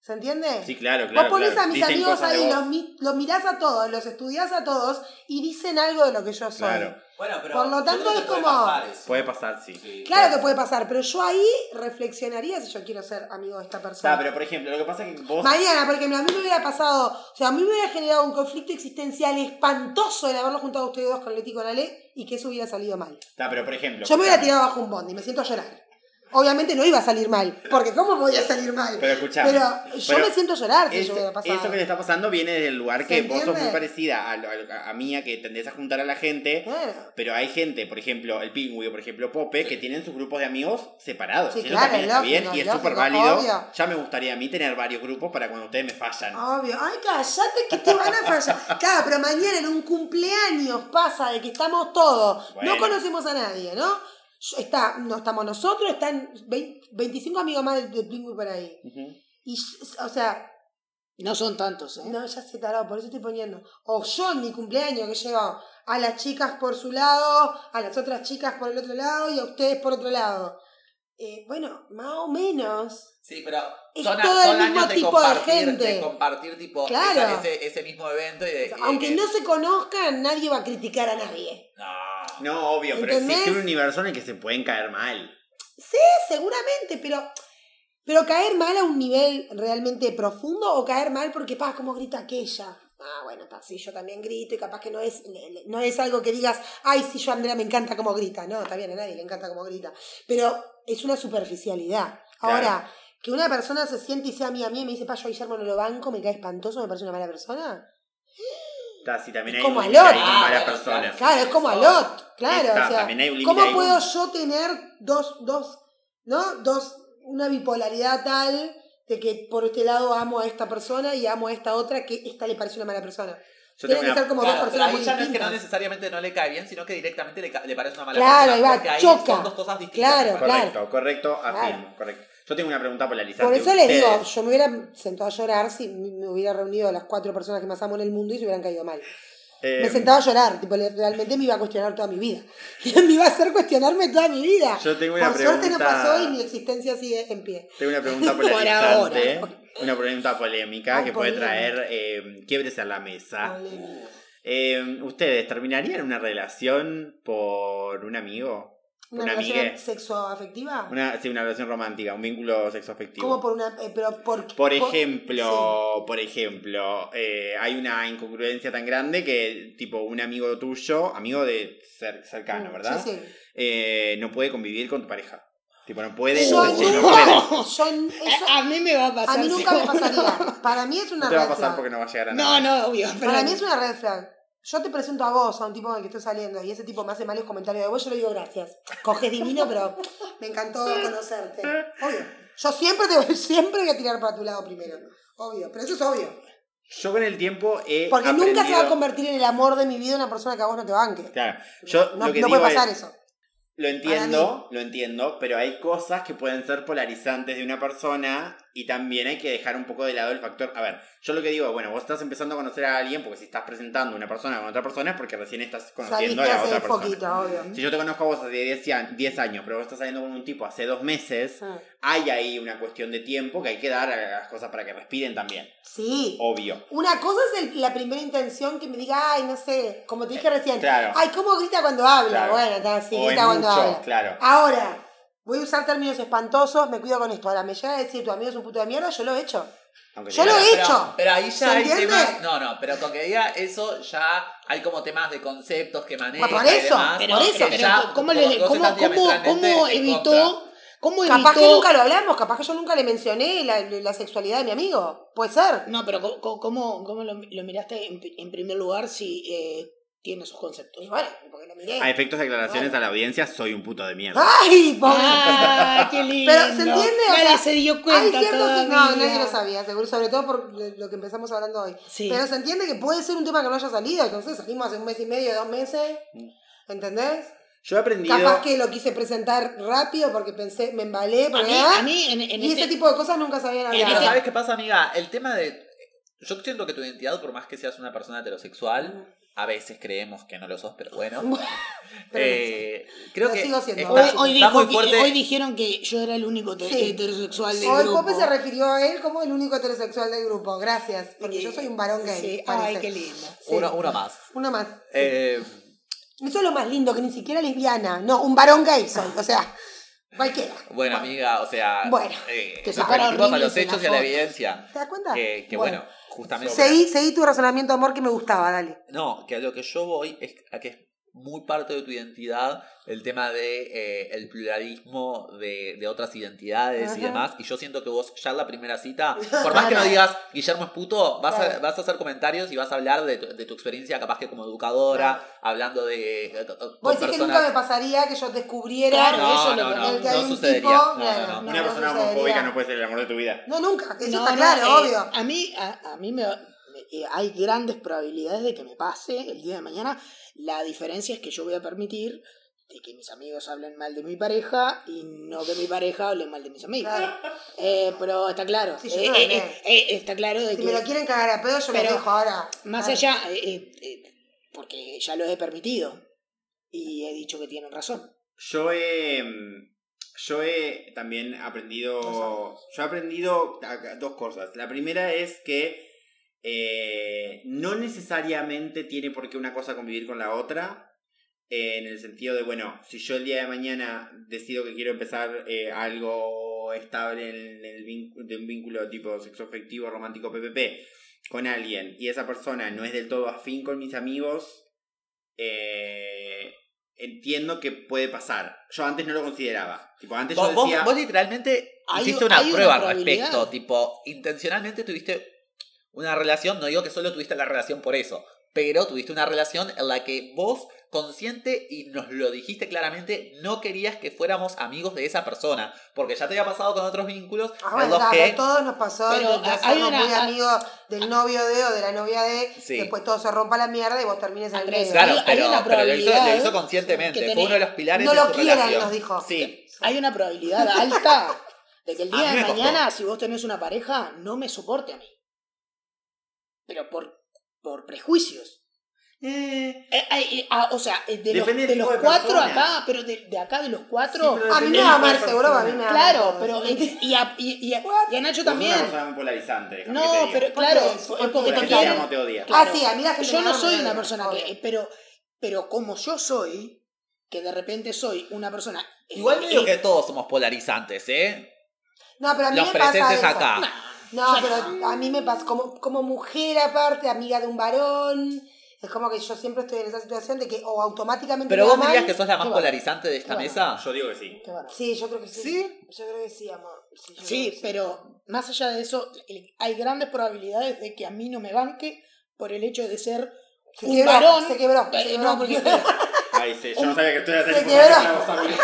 C: ¿Se entiende?
D: Sí, claro, claro.
C: vos pones
D: claro.
C: a mis
D: Dicen
C: amigos
D: cosas de
C: ahí,
D: vos.
C: los, mi- los mirás a todos, los estudiás a todos y dicen algo de lo que yo soy.
D: Claro.
C: Claro,
B: Bueno, pero.
C: Por lo
B: yo
C: tanto,
B: creo que
C: es
B: puede
C: como-
B: pasar eso.
D: Puede pasar, sí.
B: Sí.
C: que puede pasar, pero yo ahí reflexionaría si yo quiero ser amigo de esta persona.
D: Ta, pero por ejemplo, lo que pasa es que vos...
C: Mañana, porque a mí me hubiera pasado, o sea, a mí me hubiera generado un conflicto existencial espantoso el haberlo juntado a ustedes dos con Leti y con Ale y que eso hubiera salido mal.
D: Ta, pero por ejemplo...
C: Yo me hubiera
D: escuchame.
C: tirado bajo un bondi, me siento a llorar. Obviamente no iba a salir mal, porque ¿cómo podía salir mal?
D: Pero escuchame,
C: Pero yo
D: pero
C: me siento a llorar si
D: Eso,
C: yo hubiera pasado.
D: Este, eso que le está pasando viene desde el lugar
C: ¿Se
D: que vos sos
C: entiende?
D: muy parecida a, lo- a lo- a mí, a que tendés a juntar a la gente.
C: Claro.
D: Pero hay gente, por ejemplo, el pingüino, por ejemplo, Pope, que tienen sus grupos de amigos separados.
C: Sí,
D: Eso
C: claro,
D: también está
C: lógico,
D: bien y es
C: lógico,
D: súper válido.
C: obvio. Ah.
D: Ya me gustaría a mí tener varios grupos para cuando ustedes me fallan.
C: Obvio, ay, cállate que te van a fallar. Claro, pero mañana en un cumpleaños pasa de que estamos todos,
D: Bueno.
C: no conocemos a nadie, ¿no? Yo- Está, no estamos nosotros, están 20 25 amigos más del, del Pingüi por ahí.
D: Ujú.
C: Y, s- o sea,
A: No son tantos, ¿eh?
C: no, ya se taró, por eso estoy poniendo. O yo en mi cumpleaños que llevo a las chicas por su lado, a las otras chicas por el otro lado y a ustedes por otro lado. Eh, bueno, más o menos.
B: Sí, pero
C: Es
B: son, a-
C: todo el
B: son
C: mismo
B: años de
C: tipo de
B: compartir,
C: gente.
B: de compartir tipo
C: Claro.
B: esa- ese, ese mismo evento y de- y de
C: Aunque
B: que-
C: no se conozcan, nadie va a criticar a nadie.
B: No.
D: No, obvio, pero
C: ¿Entendés?
D: existe un universo en el que se pueden caer mal.
C: seguramente, pero pero caer mal a un nivel realmente profundo o caer mal porque, pa, cómo grita aquella. Ah, bueno, está, sí, yo también grito y capaz que no es, le- le- no es algo que digas, ay, sí, yo a Andrea me encanta cómo grita. No, está bien, a nadie le encanta cómo grita. Pero es una superficialidad.
D: Claro.
C: Ahora, que una persona se siente y sea amiga mía y me dice, pa, yo a Guillermo no lo banco, me cae espantoso, me parece una mala persona.
D: Ta, sí, también
C: Es
D: hay
C: como
D: un
C: al
D: límite
C: otro.
D: ahí con
B: Ah,
D: varias
B: bueno,
D: personas.
C: Claro, es como a Lot, claro.
D: Está,
C: o sea,
D: también hay un límite
C: ¿Cómo
D: ahí con-
C: puedo yo tener dos, dos, ¿no? Dos, una bipolaridad tal de que por este lado amo a esta persona y amo a esta otra que esta le parece una mala persona?
D: Yo
C: Tienen
D: tengo
C: que
D: una-
C: ser como
B: Claro,
C: dos
B: pero
C: personas muy
B: ahí ya no es que no
C: distintas.
B: necesariamente no le cae bien, sino que directamente le, ca- le parece una mala
C: Claro,
B: persona.
C: ahí va,
B: porque ahí
C: choca.
B: son dos cosas distintas.
C: Claro.
D: Correcto, correcto, afirmo,
C: Claro.
D: correcto. Yo tengo una pregunta polarizante.
C: por eso les digo,
D: ¿Ustedes
C: yo me hubiera sentado a llorar si me hubiera reunido a las cuatro personas que más amo en el mundo y se hubieran caído mal. me
D: Em,
C: sentaba a llorar, tipo, le- realmente me iba a cuestionar toda mi vida. me iba a hacer cuestionarme toda mi vida.
D: Yo tengo una
C: Por suerte no
D: pregunta-
C: pasó y mi existencia sigue en pie.
D: Tengo una pregunta
C: Por
D: polarizante.
C: ahora.
D: Una pregunta polémica
C: Ay,
D: que puede
C: polémica.
D: traer eh, quiebres a la mesa.
C: Polémica.
D: Eh, ¿Ustedes terminarían una relación por un amigo?
C: ¿Una,
D: Una
C: relación
D: amiga.
C: sexoafectiva?
D: Una, sí, una relación romántica, un vínculo sexoafectivo.
C: ¿Cómo por una.? eh, pero por,
D: Por ejemplo, por ejemplo, eh, hay una incongruencia tan grande que tipo un amigo tuyo, amigo de cer- cercano, ¿verdad?
C: Mm, Sí, sí.
D: Eh, no puede convivir con tu pareja. Tipo, no puede,
C: Yo
D: no, puede, no
C: nunca-
D: puede.
C: Yo, n- eso,
A: A, a mí me va a pasar.
C: a mí nunca me
A: seguro.
C: pasaría. Para mí es una
D: No te va a
C: red
D: pasar
C: flag.
D: porque no va a llegar a nada.
A: No, no, obvio. pero-
C: Para mí es una red flag. Yo te presento a vos, a un tipo con el que estoy saliendo, y ese tipo me hace malos comentarios de vos, yo le digo gracias. Coges divino, pero me encantó conocerte. Obvio. Yo siempre te siempre voy a tirar para tu lado primero. Obvio, pero eso es obvio.
D: Yo con el tiempo he
C: Porque nunca se va a
D: aprendido-
C: convertir en el amor de mi vida una persona que a vos no te banque.
D: Claro, yo
C: No,
D: lo que
C: no
D: digo
C: puede pasar
D: es,
C: eso.
D: lo entiendo, lo entiendo, pero hay cosas que pueden ser polarizantes de una persona Y también hay que dejar un poco de lado el factor. A ver, yo lo que digo, bueno, vos estás empezando a conocer a alguien porque si estás presentando una persona con otra persona es porque recién estás conociendo
C: Saliste
D: a la
C: hace
D: otra persona.
C: poquito, obvio.
D: Si yo te conozco a vos hace 10 a- 10 años, pero vos estás saliendo con un tipo hace dos meses,
C: Ah.
D: hay ahí una cuestión de tiempo que hay que dar a las cosas para que respiren también.
C: Sí.
D: Obvio.
C: Una cosa es el- la primera intención que me diga, ay, no sé, como te dije recién,
D: Claro.
C: ay, ¿cómo grita cuando habla?
D: Claro.
C: Bueno, está, sí,
D: o en
C: grita cuando
D: mucho,
C: habla.
D: claro.
C: Ahora, voy a usar términos espantosos, me cuido con esto. Ahora, me llega a decir, tu amigo es un puto de mierda, yo lo he hecho.
D: Aunque
C: yo
D: te
C: lo
D: diga-
C: he
B: pero-
C: hecho.
B: Pero, ahí
C: ¿Se
B: ya hay
C: entiende?
B: temas. No, no, pero con que diga eso ya hay como temas de conceptos que maneja.
C: Ah, por
B: y
C: eso,
B: demás,
A: Pero
B: ¿no?
A: eso,
B: Que
A: pero
B: ya
A: ¿cómo,
B: como
A: le-
B: cosas
A: cómo- cómo-
B: diametralmente
A: cómo
B: en contra.
A: evitó? ¿Cómo evitó?
C: Capaz que nunca lo hablamos, capaz que yo nunca le mencioné la, la sexualidad de mi amigo. Puede ser.
A: No, pero co- co- ¿cómo, cómo lo, lo miraste en, en primer lugar si eh, tiene esos
C: Y
A: conceptos?
C: bueno, porque lo miré.
D: A efectos de declaraciones a la audiencia, soy un puto de mierda.
C: ¡Ay! pobre!
A: ¡Ah, qué lindo!
C: Pero, ¿se entiende? O
A: Nadie
C: sea,
A: se dio
C: Hay
A: cuenta
C: ciertos que
A: todavía.
C: no, nadie lo sabía, seguro, sobre todo por lo que empezamos hablando hoy.
A: Sí.
C: Pero se entiende que puede ser un tema que no haya salido, entonces salimos hace un mes y medio, dos meses, ¿entendés?
D: Yo he aprendido.
C: Capaz que lo quise presentar rápido porque pensé, me embalé,
A: A
C: porque,
A: mí,
C: ah,
A: a mí en, en
C: y
A: este-
C: ese tipo de cosas nunca se habían
A: En
B: Pero
A: este-
C: hablado.
B: ¿sabes qué pasa, amiga? El tema de. Yo siento que tu identidad, por más que seas una persona heterosexual, a veces creemos que no lo sos, pero bueno.
C: Pero
B: eh, creo
C: Lo
B: que
C: sigo siendo.
A: hoy,
B: está,
A: hoy
B: está
A: dijo
B: muy
A: que-
B: fuerte.
A: hoy dijeron que yo era el único te-
C: Sí.
A: heterosexual este del
C: Hoy
A: grupo.
C: Pope se refirió a él como el único heterosexual del grupo, gracias, porque yo soy un varón gay.
A: Sí. Ay,
C: parece.
A: qué lindo.
C: Sí.
B: uno, uno más.
C: Uno más.
B: Eh,
C: Eso es lo más lindo, que ni siquiera lesbiana, no, un varón gay soy, o sea, cualquiera.
B: bueno, amiga, o sea.
C: Bueno,
B: eh,
A: que se
B: nos
A: para
B: remitimos a
A: horrible
B: los
A: en la
B: hechos y a la
A: foto.
B: evidencia.
C: ¿Te das cuenta?
B: Que, que bueno, justamente.
C: Seguí, seguí tu razonamiento, amor, que me gustaba, dale.
B: No, que a lo que yo voy es a que es muy parte de tu identidad el tema de eh, el pluralismo de, de otras identidades y
C: Ajá.
B: demás. Y yo siento que vos ya en la primera cita, por más que no
C: Claro.
B: digas Guillermo es puto, vas, a,
C: Claro.
B: vas a hacer comentarios y vas a hablar de tu, de tu experiencia capaz que como educadora,
C: Claro.
B: hablando de... eh, con
C: Vos decís que nunca me pasaría que yo descubriera
A: Claro,
B: No,
A: eso
B: no,
A: lo-
B: no,
C: el que
B: no
C: hay un
B: sucedería.
C: tipo,
B: No, no,
C: claro,
B: no.
C: no,
D: una
C: no
D: persona
C: sucedería.
D: homofóbica no puede ser el amor de tu vida.
C: No, nunca, eso
A: No,
C: está
A: no,
C: claro,
A: eh,
C: obvio.
A: A mí, a, a mí me, me- eh, hay grandes probabilidades de que me pase el día de mañana. La diferencia es que yo voy a permitir de que mis amigos hablen mal de mi pareja y no que mi pareja hable mal de mis amigos.
C: Claro.
A: Eh, pero está claro.
C: Sí, yo
A: Eh,
C: también.
A: eh, eh, eh, está claro de
C: Si
A: que
C: me lo quieren cagar a pedo, yo me
A: Pero,
C: dejo ahora.
A: más
C: Ah,
A: allá, eh, eh, eh, porque ya lo he permitido y he dicho que tienen razón.
D: Yo he. mm, Yo he también aprendido.
C: Dos años.
D: Yo he aprendido a- a- dos cosas. La primera es que. eh, no necesariamente tiene por qué una cosa convivir con la otra. eh, en el sentido de, bueno, si yo el día de mañana decido que quiero empezar eh, algo estable en el vin- de un vínculo tipo sexo afectivo, romántico, PPP, con alguien y esa persona no es del todo afín con mis amigos, eh, entiendo que puede pasar. Yo antes no lo consideraba. Tipo, antes
B: Vos,
D: yo
B: vos-
D: decía.
B: vos literalmente
A: Hay-
B: hiciste una
A: hay una
B: prueba al
A: probabilidad.
B: respecto. Tipo, intencionalmente tuviste una relación, no digo que solo tuviste la relación por eso, pero tuviste una relación en la que vos, consciente y nos lo dijiste claramente, no querías que fuéramos amigos de esa persona. Porque ya te había pasado con otros vínculos
C: Ah,
B: en
C: bueno,
B: los
C: claro,
B: que.
C: a todos nos pasó
A: Pero,
C: de, de
A: ah, hay
C: hacernos
A: una-
C: muy
A: ah,
C: amigos del novio de o de la novia de,
B: Sí.
C: después todo se rompa la mierda y vos termines en el
A: Andrés,
C: medio.
B: Claro,
A: hay- hay
B: pero,
A: una
B: pero lo, hizo, lo
A: probabilidad
B: hizo
A: que
B: conscientemente. Fue
A: tenés-
B: uno de los pilares
C: ¿eh? no
B: de
C: lo
B: su
C: quieran,
B: relación.
C: nos dijo.
B: Sí.
A: Hay una probabilidad alta de que el
B: A
A: día
B: mí
A: de
B: me costó.
A: mañana, si vos tenés una pareja, no me soporte a mí. Pero por, por prejuicios.
D: eh,
A: Eh, eh, eh, ah, o sea, eh, de los,
D: Depende del
A: de
D: tipo
A: los
D: de
A: cuatro
D: persona.
A: acá, pero de, de acá de los
D: sí,
A: cuatro.
D: pero
C: a mí
D: depende
C: me va a
D: de la
C: amar, seguro, a mí me va a amar.
A: claro, pero. eh, Y a, y- y a- y a Nacho
D: Vos sos una
A: también.
D: persona muy polarizante, déjame
A: No,
D: que te diga.
A: pero claro,
C: Porque-
A: es
C: porque
A: porque
D: La
C: te
D: gente
A: también.
D: te ama o te odia.
A: Claro.
C: Ah, sí, a mí la gente
A: Yo
C: me
A: no
C: ama,
A: soy
C: me
A: una
C: odia,
A: persona que.
C: obvio.
A: eh, Pero, pero como yo soy, que de repente soy una persona. eh,
B: Igual medio
A: eh,
B: que todos somos polarizantes, ¿eh?
C: No, pero a mí
B: Los
C: me pasa
B: presentes
C: eso.
B: acá.
C: No, pero a mí me pasa, como, como mujer aparte, amiga de un varón, es como que yo siempre estoy en esa situación de que o automáticamente
B: Pero
C: me
B: vos
C: aman-
B: dirías que sos la más
C: Qué bueno.
B: polarizante de esta
C: Qué
B: mesa.
D: Yo digo que sí.
A: qué bárbaro.
C: Sí, yo creo que sí.
B: ¿Sí?
C: Yo creo que sí, amor. Sí, yo creo que
A: Sí,
C: sí.
A: pero más allá de eso, el- hay grandes probabilidades de que a mí no me banque por el hecho de ser
C: Se
A: un
C: quebró,
A: varón.
C: se quebró,
A: Eh,
C: se
A: no,
C: quebró.
A: porque-
D: Ay, sí, yo no sabía que tú eras
C: Se
D: tan importante
C: quebró.
D: para vos, amigo.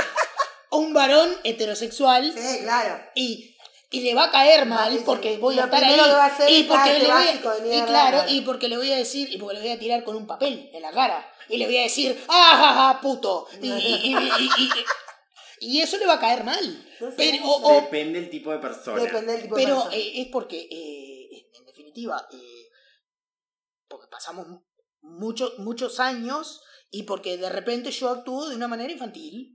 A: o un varón heterosexual
C: Sí, claro.
A: y, y le va a caer mal
C: Ah, sí,
A: porque
C: sí.
A: voy a
C: Lo
A: estar ahí.
C: primero que va a hacer
A: y
C: es,
A: porque
C: ah, qué
A: le voy
C: básico de
A: a, y
C: mierda,
A: claro,
C: claro.
A: y porque le voy a decir, y porque le voy a tirar con un papel en la cara. Y le voy a decir, ¡ah, ja, ja, puto! Y, y- y- y- y- y- y eso le va a caer mal.
C: No sé.
A: Pero- o- o-
D: Depende del tipo de persona.
C: Depende del tipo de
A: Pero
C: persona.
A: eh, es porque, eh, en- en definitiva, eh, porque pasamos mu- muchos muchos años y porque de repente yo actúo de una manera infantil.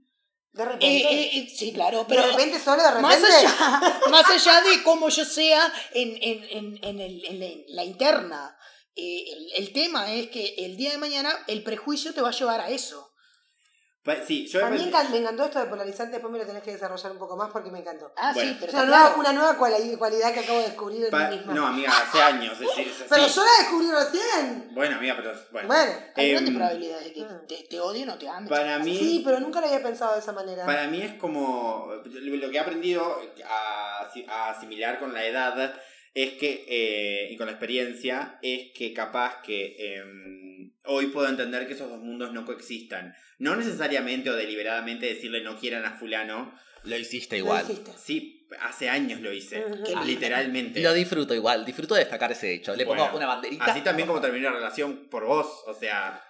C: de
A: Eh,
C: repente.
A: eh, eh, sí, claro,
C: pero
A: pero
C: de repente solo, de repente.
A: más, allá, más allá de cómo yo sea en, en- en- en el- en la- en la interna, eh, el, el tema es que el día de mañana el prejuicio te va a llevar a eso.
D: Pa- Pues, Sí, yo
C: A mí encan- me encantó esto de polarizante, después me lo tenés que desarrollar un poco más porque me encantó.
A: Ah,
D: Bueno.
A: sí, pero
C: Es una
A: está
C: nueva,
A: claro.
C: una nueva cual- cualidad que acabo de descubrir en
D: pa-
C: mí misma.
D: No, amiga, hace años. es- es-
C: pero
D: sí.
C: yo la descubrí recién.
D: Bueno, amiga, pero bueno.
C: Bueno,
A: hay grandes
D: Em,
A: probabilidades de que
C: mm.
A: te, te odien o te amen.
D: Para mí,
C: sí, pero nunca lo había pensado de esa manera.
D: para mí es como lo que he aprendido a, asi- a asimilar con la edad es que eh, y con la experiencia es que capaz que em, hoy puedo entender que esos dos mundos no coexistan. No necesariamente o deliberadamente decirle no quieran a fulano.
B: Lo hiciste
C: Lo
B: igual.
C: hiciste.
D: Sí, hace años lo hice.
C: Ujú.
A: Qué lindo.
D: Literalmente.
B: Lo disfruto igual. Disfruto de destacar ese hecho. Le pongo
D: Bueno,
B: una banderita.
D: Así también como terminé la relación por vos. O sea,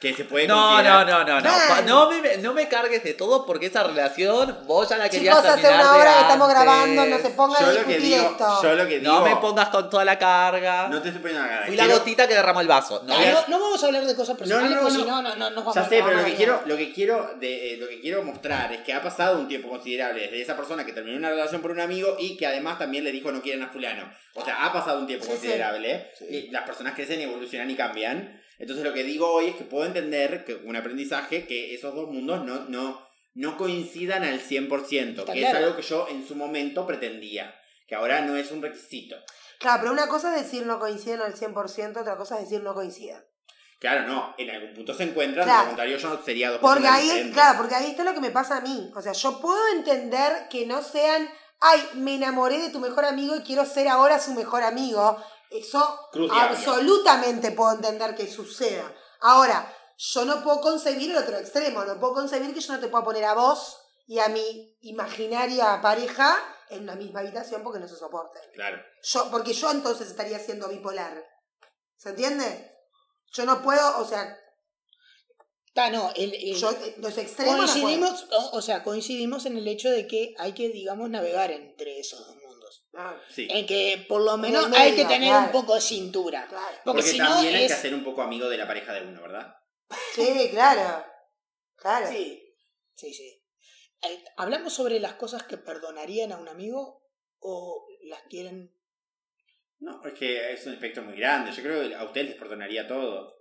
D: que se puede
B: No, no,
D: considerar-
B: no, no, no.
C: Ven.
B: No me, no me cargues de todo porque esa relación vos ya la querías
C: Chicos, hace
B: terminar
C: una
B: de
C: hora que estamos
B: antes.
C: grabando, no se pongan a
D: Yo lo que
C: discutir
D: digo,
C: esto.
D: yo lo que digo.
B: No me pongas con toda la carga.
D: No te estoy poniendo la cara.
B: Fui la
D: Quiero-
B: gotita que derramó el vaso. No,
A: Ah, No, no vamos a hablar de cosas personales,
D: No, no, no,
A: porque
D: no.
A: si no, no, no nos vamos
D: Ya sé,
A: no
D: pero
A: vamos
D: lo que
A: a-
D: quiero, lo que quiero, de, eh, lo que quiero mostrar es que ha pasado un tiempo considerable desde esa persona que terminó una relación por un amigo y que además también le dijo no quieren a fulano. O sea, ha pasado un tiempo
C: Sí, sí.
D: considerable. ¿eh? Y Las personas crecen, evolucionan y cambian. Entonces lo que digo hoy es que puedo entender que un aprendizaje que esos dos mundos no, no, no coincidan al 100%,
A: Está
D: que es
A: claro.
D: algo que yo en su momento pretendía, que ahora no es un requisito.
C: Claro, pero una cosa es decir no coinciden al 100%, otra cosa es decir no coinciden.
D: Claro, no, en algún punto se encuentran,
C: Claro.
D: de lo contrario yo sería dos
C: Porque
D: personas
C: ahí, es-
D: diferentes.
C: claro, porque ahí está lo que me pasa a mí. O sea, yo puedo entender que no sean, ay, me enamoré de tu mejor amigo y quiero ser ahora su mejor amigo. Eso
D: Cruz de
C: absolutamente puedo entender que suceda. Ahora, yo no puedo concebir el otro extremo, no puedo concebir que yo no te pueda poner a vos y a mi imaginaria pareja en la misma habitación porque no se soporten.
D: Claro.
C: Yo, porque yo entonces estaría siendo bipolar. ¿Se entiende? Yo no puedo, o sea,
A: Ta, no, el- el-
C: yo, eh, los extremos. no puedo.
A: coincidimos, o, o sea, coincidimos en el hecho de que hay que, digamos, navegar entre esos dos mundos.
C: Ah,
D: Sí.
A: En que por lo menos
C: medio,
A: hay que tener
C: claro.
A: un poco de cintura.
C: claro.
A: Porque,
D: Porque
A: si no
D: también hay
A: es...
D: que hacer un poco amigo de la pareja de uno, ¿verdad?
C: Sí, claro. Claro.
A: Sí, sí, sí. Eh, ¿Hablamos sobre las cosas que perdonarían a un amigo o las quieren...?
D: No, es que es un espectro muy grande. Yo creo que a ustedes les perdonaría todo.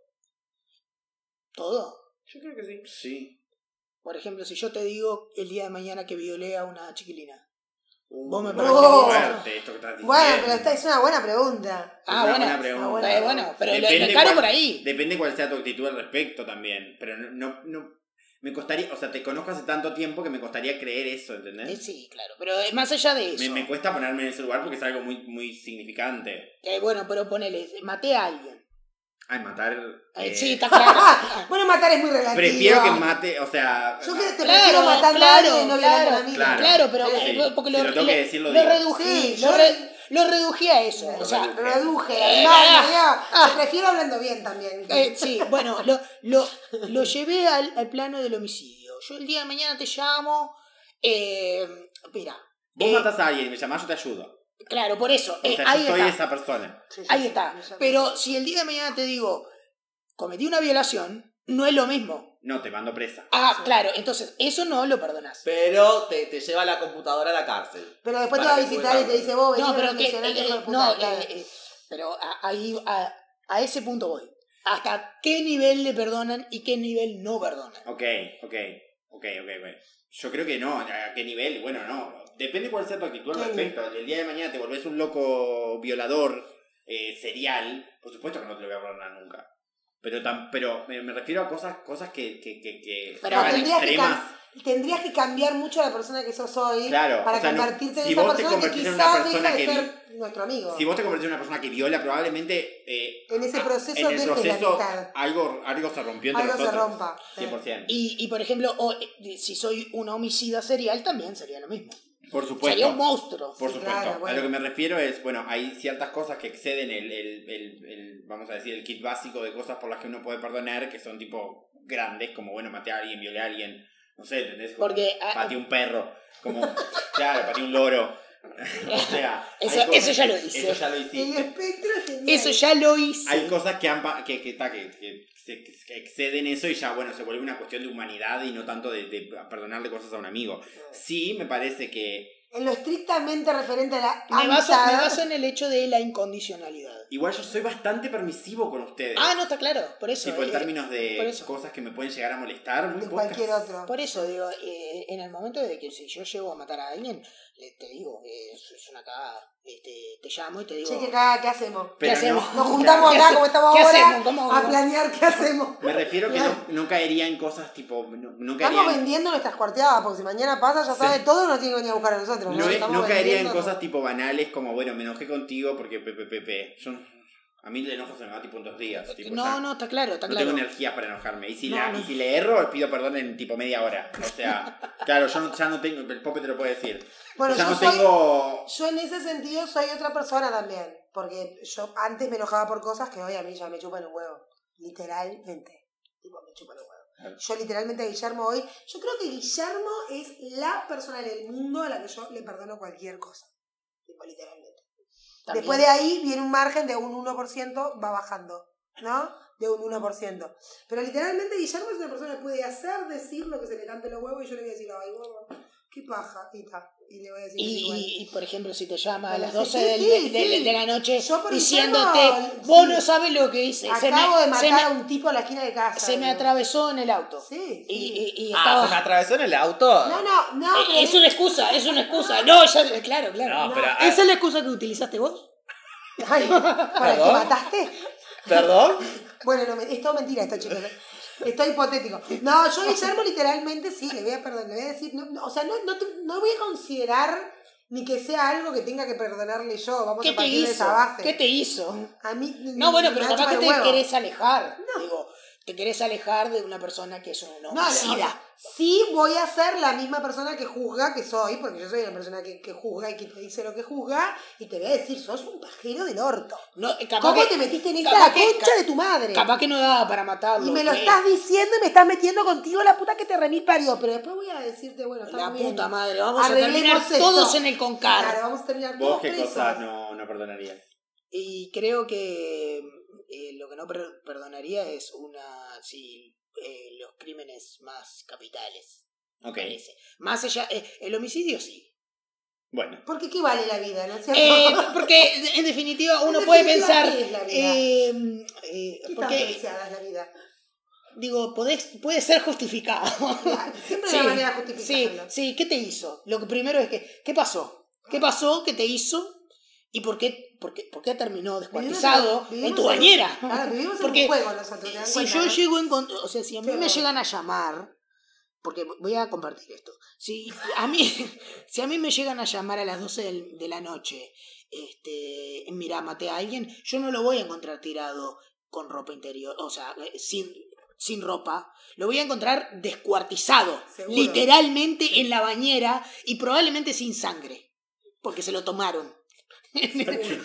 A: Todo.
D: Yo creo que sí. Sí.
A: Por ejemplo, si yo te digo el día de mañana que violé a una chiquilina. Vos me
D: Pero
A: perdonás.
D: Uh, qué
C: Oh.
D: fuerte esto que estás diciendo.
C: Bueno, pero esta es una buena pregunta.
A: Ah,
D: una
A: bueno.
D: buena pregunta.
C: Ah,
A: Bueno, eh, bueno, pero lo
D: Depende
A: encaro
D: cuál-
A: por ahí.
D: Depende cuál sea tu actitud al respecto también. Pero no, no, no- Me costaría. O sea, te conozco hace tanto tiempo que me costaría creer eso,
A: Eh,
D: ¿entendés?
A: Sí, claro, pero eh, más allá de
D: Me,
A: eso.
D: me cuesta ponerme en ese lugar porque es algo muy, muy significante.
A: Eh, bueno, pero ponele, maté a alguien.
D: Ay, matar.
A: Eh,
D: eh,
A: sí, está claro.
C: Bueno, matar es muy relativo.
D: Prefiero que mate. O sea.
C: Yo que te
A: Claro,
C: prefiero matar a
A: claro,
C: alguien y no violar a
A: claro,
C: la amiga.
D: claro.
A: Claro, pero
C: Sí,
A: eh, porque
D: si
A: lo,
D: lo tengo que decir, lo
A: lo
D: digo.
A: redují,
C: Sí,
A: lo,
C: yo-
A: re- lo redujé a eso.
C: Claro.
A: O sea,
D: Claro.
C: Reduje,
A: Eh,
C: hermano,
A: ah,
C: ya. Te prefiero hablando bien también.
A: eh, sí, bueno, lo, lo, lo llevé al, al plano del homicidio. Yo el día de mañana te llamo. Eh, mira,
D: Vos
A: Eh,
D: matás a alguien y me llamás, yo te ayudo.
A: claro, por eso.
D: O
A: eh,
D: sea,
A: ahí
D: yo soy
A: está.
D: esa persona.
C: Sí, sí,
A: Ahí
C: sí,
A: está.
C: sí, sí.
A: Pero si el día de mañana te digo, cometí una violación, no es lo mismo.
D: No, te mando presa.
A: Ah,
C: Sí.
A: claro, entonces eso no lo perdonás.
B: Pero te, te lleva la computadora a la cárcel.
C: Pero después te
B: Para
C: va a
B: que
C: visitar
B: pueda-
C: y te dice, vos vení
A: No,
C: a
A: pero que.
C: reflexionar,
A: eh,
C: hijo de puta,
A: no,
C: claro.
A: eh, eh, pero a- ahí a, a ese punto voy. ¿Hasta qué nivel le perdonan y qué nivel no perdonan?
D: Ok, ok, ok, ok, ok. Yo creo que no, a qué nivel, bueno, no. Depende cuál sea tu actitud al
C: Sí.
D: respecto. El día de mañana te volvés un loco violador eh, serial, por supuesto que no te lo voy a perdonar nunca. Pero, tan, pero me, me refiero a cosas, cosas que, que, que, que
A: Pero
D: hagan
C: tendrías que
D: extremas.
C: Tendrías que cambiar mucho la persona que sos hoy
D: Claro,
C: para
D: o sea, no-
C: convertirte en
D: si
C: esa
D: vos te
C: persona que
D: convertís en una
C: quizás
D: persona
C: deja de
D: que-
C: ser nuestro amigo.
D: Si vos te convertís en una persona que viola, probablemente eh,
C: En ese
D: a-
C: proceso
D: en el
C: dejes la
D: proceso
C: amistad.
D: algo, algo se rompió entre
C: Algo se
D: nosotros.
C: rompa.
D: 100%.
A: Y, y, por ejemplo, o, eh, si soy una homicida serial, también sería lo mismo.
D: por supuesto.
A: Sería un monstruo.
D: Por
C: Sí,
D: supuesto.
C: claro, bueno.
D: A lo que me refiero es, bueno, hay ciertas cosas que exceden el, el- el- el, vamos a decir, el kit básico de cosas por las que uno puede perdonar, que son tipo grandes, como, bueno, maté a alguien, violé a alguien, No sé, ¿entendés? Como,
A: Porque ah,
D: Pateé un perro. Como, claro, pateé un loro. o sea, hay
A: Eso- eso ya lo hice.
D: Eso ya lo
C: El
D: hiciste.
C: espectro es genial.
A: eso ya lo hice.
D: Hay cosas que, han, pa- que, que, ta, que, que se- que exceden eso y ya, bueno, se vuelve una cuestión de humanidad y no tanto de, de perdonarle cosas a un amigo. Sí, me parece que.
C: En lo estrictamente referente a la
A: me, baso, me
C: amistad,
A: baso en el hecho de la incondicionalidad.
D: Igual yo soy bastante permisivo con ustedes.
A: Ah, no, está claro. Por eso.
D: Tipo, en
A: eh,
D: términos
A: por
D: de
A: eso.
D: cosas que me pueden llegar a molestar, muy
C: de
D: pocas.
C: cualquier otro.
A: Por eso digo, eh, en el momento de que si yo llego a matar a alguien, le- te digo, eh, es es una cagada. Este, te llamo y te digo,
C: Che, que acá, ¿qué hacemos?
A: ¿qué
D: Pero
A: hacemos?
D: no-
C: Nos juntamos
A: ¿Qué
C: acá
A: hace-
C: como estamos
A: ¿Qué
C: ahora
A: hacemos? ¿Cómo-
C: a planear qué hacemos.
D: Me refiero que
C: Claro.
D: no, no caería en cosas tipo. No, no caería
C: Estamos
D: en-
C: vendiendo nuestras cuarteadas, porque si mañana pasa, ya
D: Sí.
C: sabe todo, no tiene que venir a buscar a nosotros.
D: No, es-
C: Estamos
D: no caería en
C: vendiendo-
D: cosas tipo banales como, bueno, me enojé contigo porque pepe pepe. Yo, a mí el enojo se me va tipo en dos días. tipo, pues ya
A: no, no, está claro, está
D: no
A: claro.
D: tengo energía para enojarme. Y si,
A: No,
D: la-
A: no.
D: y si le erro, pido perdón en tipo media hora. O sea, claro, yo no- ya no tengo. El Pope te lo puede decir.
C: Bueno,
D: ya
C: yo,
D: no
C: soy-
D: tengo.
C: yo en ese sentido soy otra persona también. Porque yo antes me enojaba por cosas que hoy a mí ya me chupan un huevo. Literalmente. Tipo, me chupan un huevo. Yo literalmente a Guillermo hoy, yo creo que Guillermo es la persona en el mundo a la que yo le perdono cualquier cosa. Tipo, literalmente.
A: También.
C: Después de ahí viene un margen de un 1%, va bajando, ¿no? De un 1%. Pero literalmente Guillermo es una persona que puede hacer, decir lo que se le cante los huevos y yo le voy a decir, ay, huevo, qué paja, y ta. Y le voy a decir,
A: Y,
C: igual.
A: y- y, por ejemplo, si te llama a
C: Bueno,
A: las
C: sí,
A: 12
C: sí,
A: del-
C: sí,
A: de, de-
C: sí.
A: de la noche
C: Yo por
A: diciéndote,
C: interno,
A: vos
C: sí.
A: no sabes lo que hice. Eh, se
C: Acabo
A: me,
C: de
A: se
C: matar
A: me-
C: a un tipo en la esquina de casa.
A: se me
C: digo.
A: atravesó en el auto.
C: Sí, sí.
A: Y, y- y
B: Ah,
A: estaba...
B: ¿se me atravesó en el auto?
C: No, no, no,
A: Eh,
C: pero
A: es una excusa, es una excusa. No, ya, claro, claro.
B: No, pero-
A: ¿Esa es la excusa que utilizaste vos?
C: Ay, ¿para qué
B: ¿Perdón?
C: mataste?
B: ¿Perdón?
C: Bueno, no, me- es todo mentira esto, chicos. eh. Estoy hipotético. No, yo a Guillermo literalmente sí, le voy a perdonar, le voy a decir, no, no, o sea, no, no, te- no voy a considerar ni que sea algo que tenga que perdonarle yo, vamos
A: ¿Qué
C: a
A: te
C: partir de
A: hizo?
C: esa base. Mm.
A: ¿Qué te hizo?
C: A mí
A: No, bueno, pero
C: me
A: capaz
C: chupa
A: que
C: el
A: te
C: huevo.
A: querés alejar. Digo, te querés alejar de una persona que es un
C: No, no, o
A: homicida.
C: sea, sí voy a ser la misma persona que juzga que soy, porque yo soy una persona que, que juzga y que te dice lo que juzga, y te voy a decir, sos un pajero del orto.
A: No, eh, capaz
C: ¿Cómo
A: que-
C: te metiste en esta
A: capaz
C: la
A: que-
C: concha de tu madre?
A: Capaz que no daba para matarlo.
C: Y me lo
A: ¿qué?
C: estás diciendo y me estás metiendo contigo la puta que te remil parió. Pero después voy a decirte, bueno, está
A: La
C: bien.
A: puta madre, vamos a
C: Arreglemos
A: terminar
C: esto.
A: todos en el concar.
C: Claro, vamos a terminar
D: ¿Vos
C: todos
D: qué
C: presos.
D: cosas no, no perdonarías?
A: Y creo que eh, lo que no per- perdonaría es una. Sí, eh, los crímenes más capitales.
D: Ok.
A: parece. Más allá. eh, el homicidio sí.
D: Bueno.
C: Porque qué vale la vida, ¿no es cierto?
A: Eh, porque en- en definitiva
C: En
A: uno puede
C: definitiva,
A: pensar.
C: ¿qué es la vida?
A: eh, eh,
C: ¿Qué tan
A: porque,
C: preciada es la vida?
A: digo, podés, puede ser justificado.
C: Claro, Siempre hay
A: Sí,
C: una manera de
A: Sí,
C: justificarlo.
A: sí, ¿qué te hizo? Lo que primero es que, ¿qué pasó? ¿Qué pasó? ¿Qué te hizo? ¿Y por qué, por qué, por qué terminó descuartizado
C: Vivimos en- Ah,
A: en tu
C: vivimos en-
A: bañera?
C: Claro, vivimos en
A: Porque
C: un juego nosotros. ¿te dan
A: Eh, Si
C: cuenta,
A: yo
C: no?
A: llego a encontrar, o sea, si a mí
C: Qué
A: me
C: horror.
A: llegan a llamar, porque voy a compartir esto, si a mí, si a mí me llegan a llamar a las 12 del- de la noche, este, mira, maté a alguien, yo no lo voy a encontrar tirado con ropa interior, o sea, eh, sin, sin ropa, lo voy a encontrar descuartizado,
C: Seguro.
A: literalmente en la bañera y probablemente sin sangre, porque se lo tomaron.
D: Qué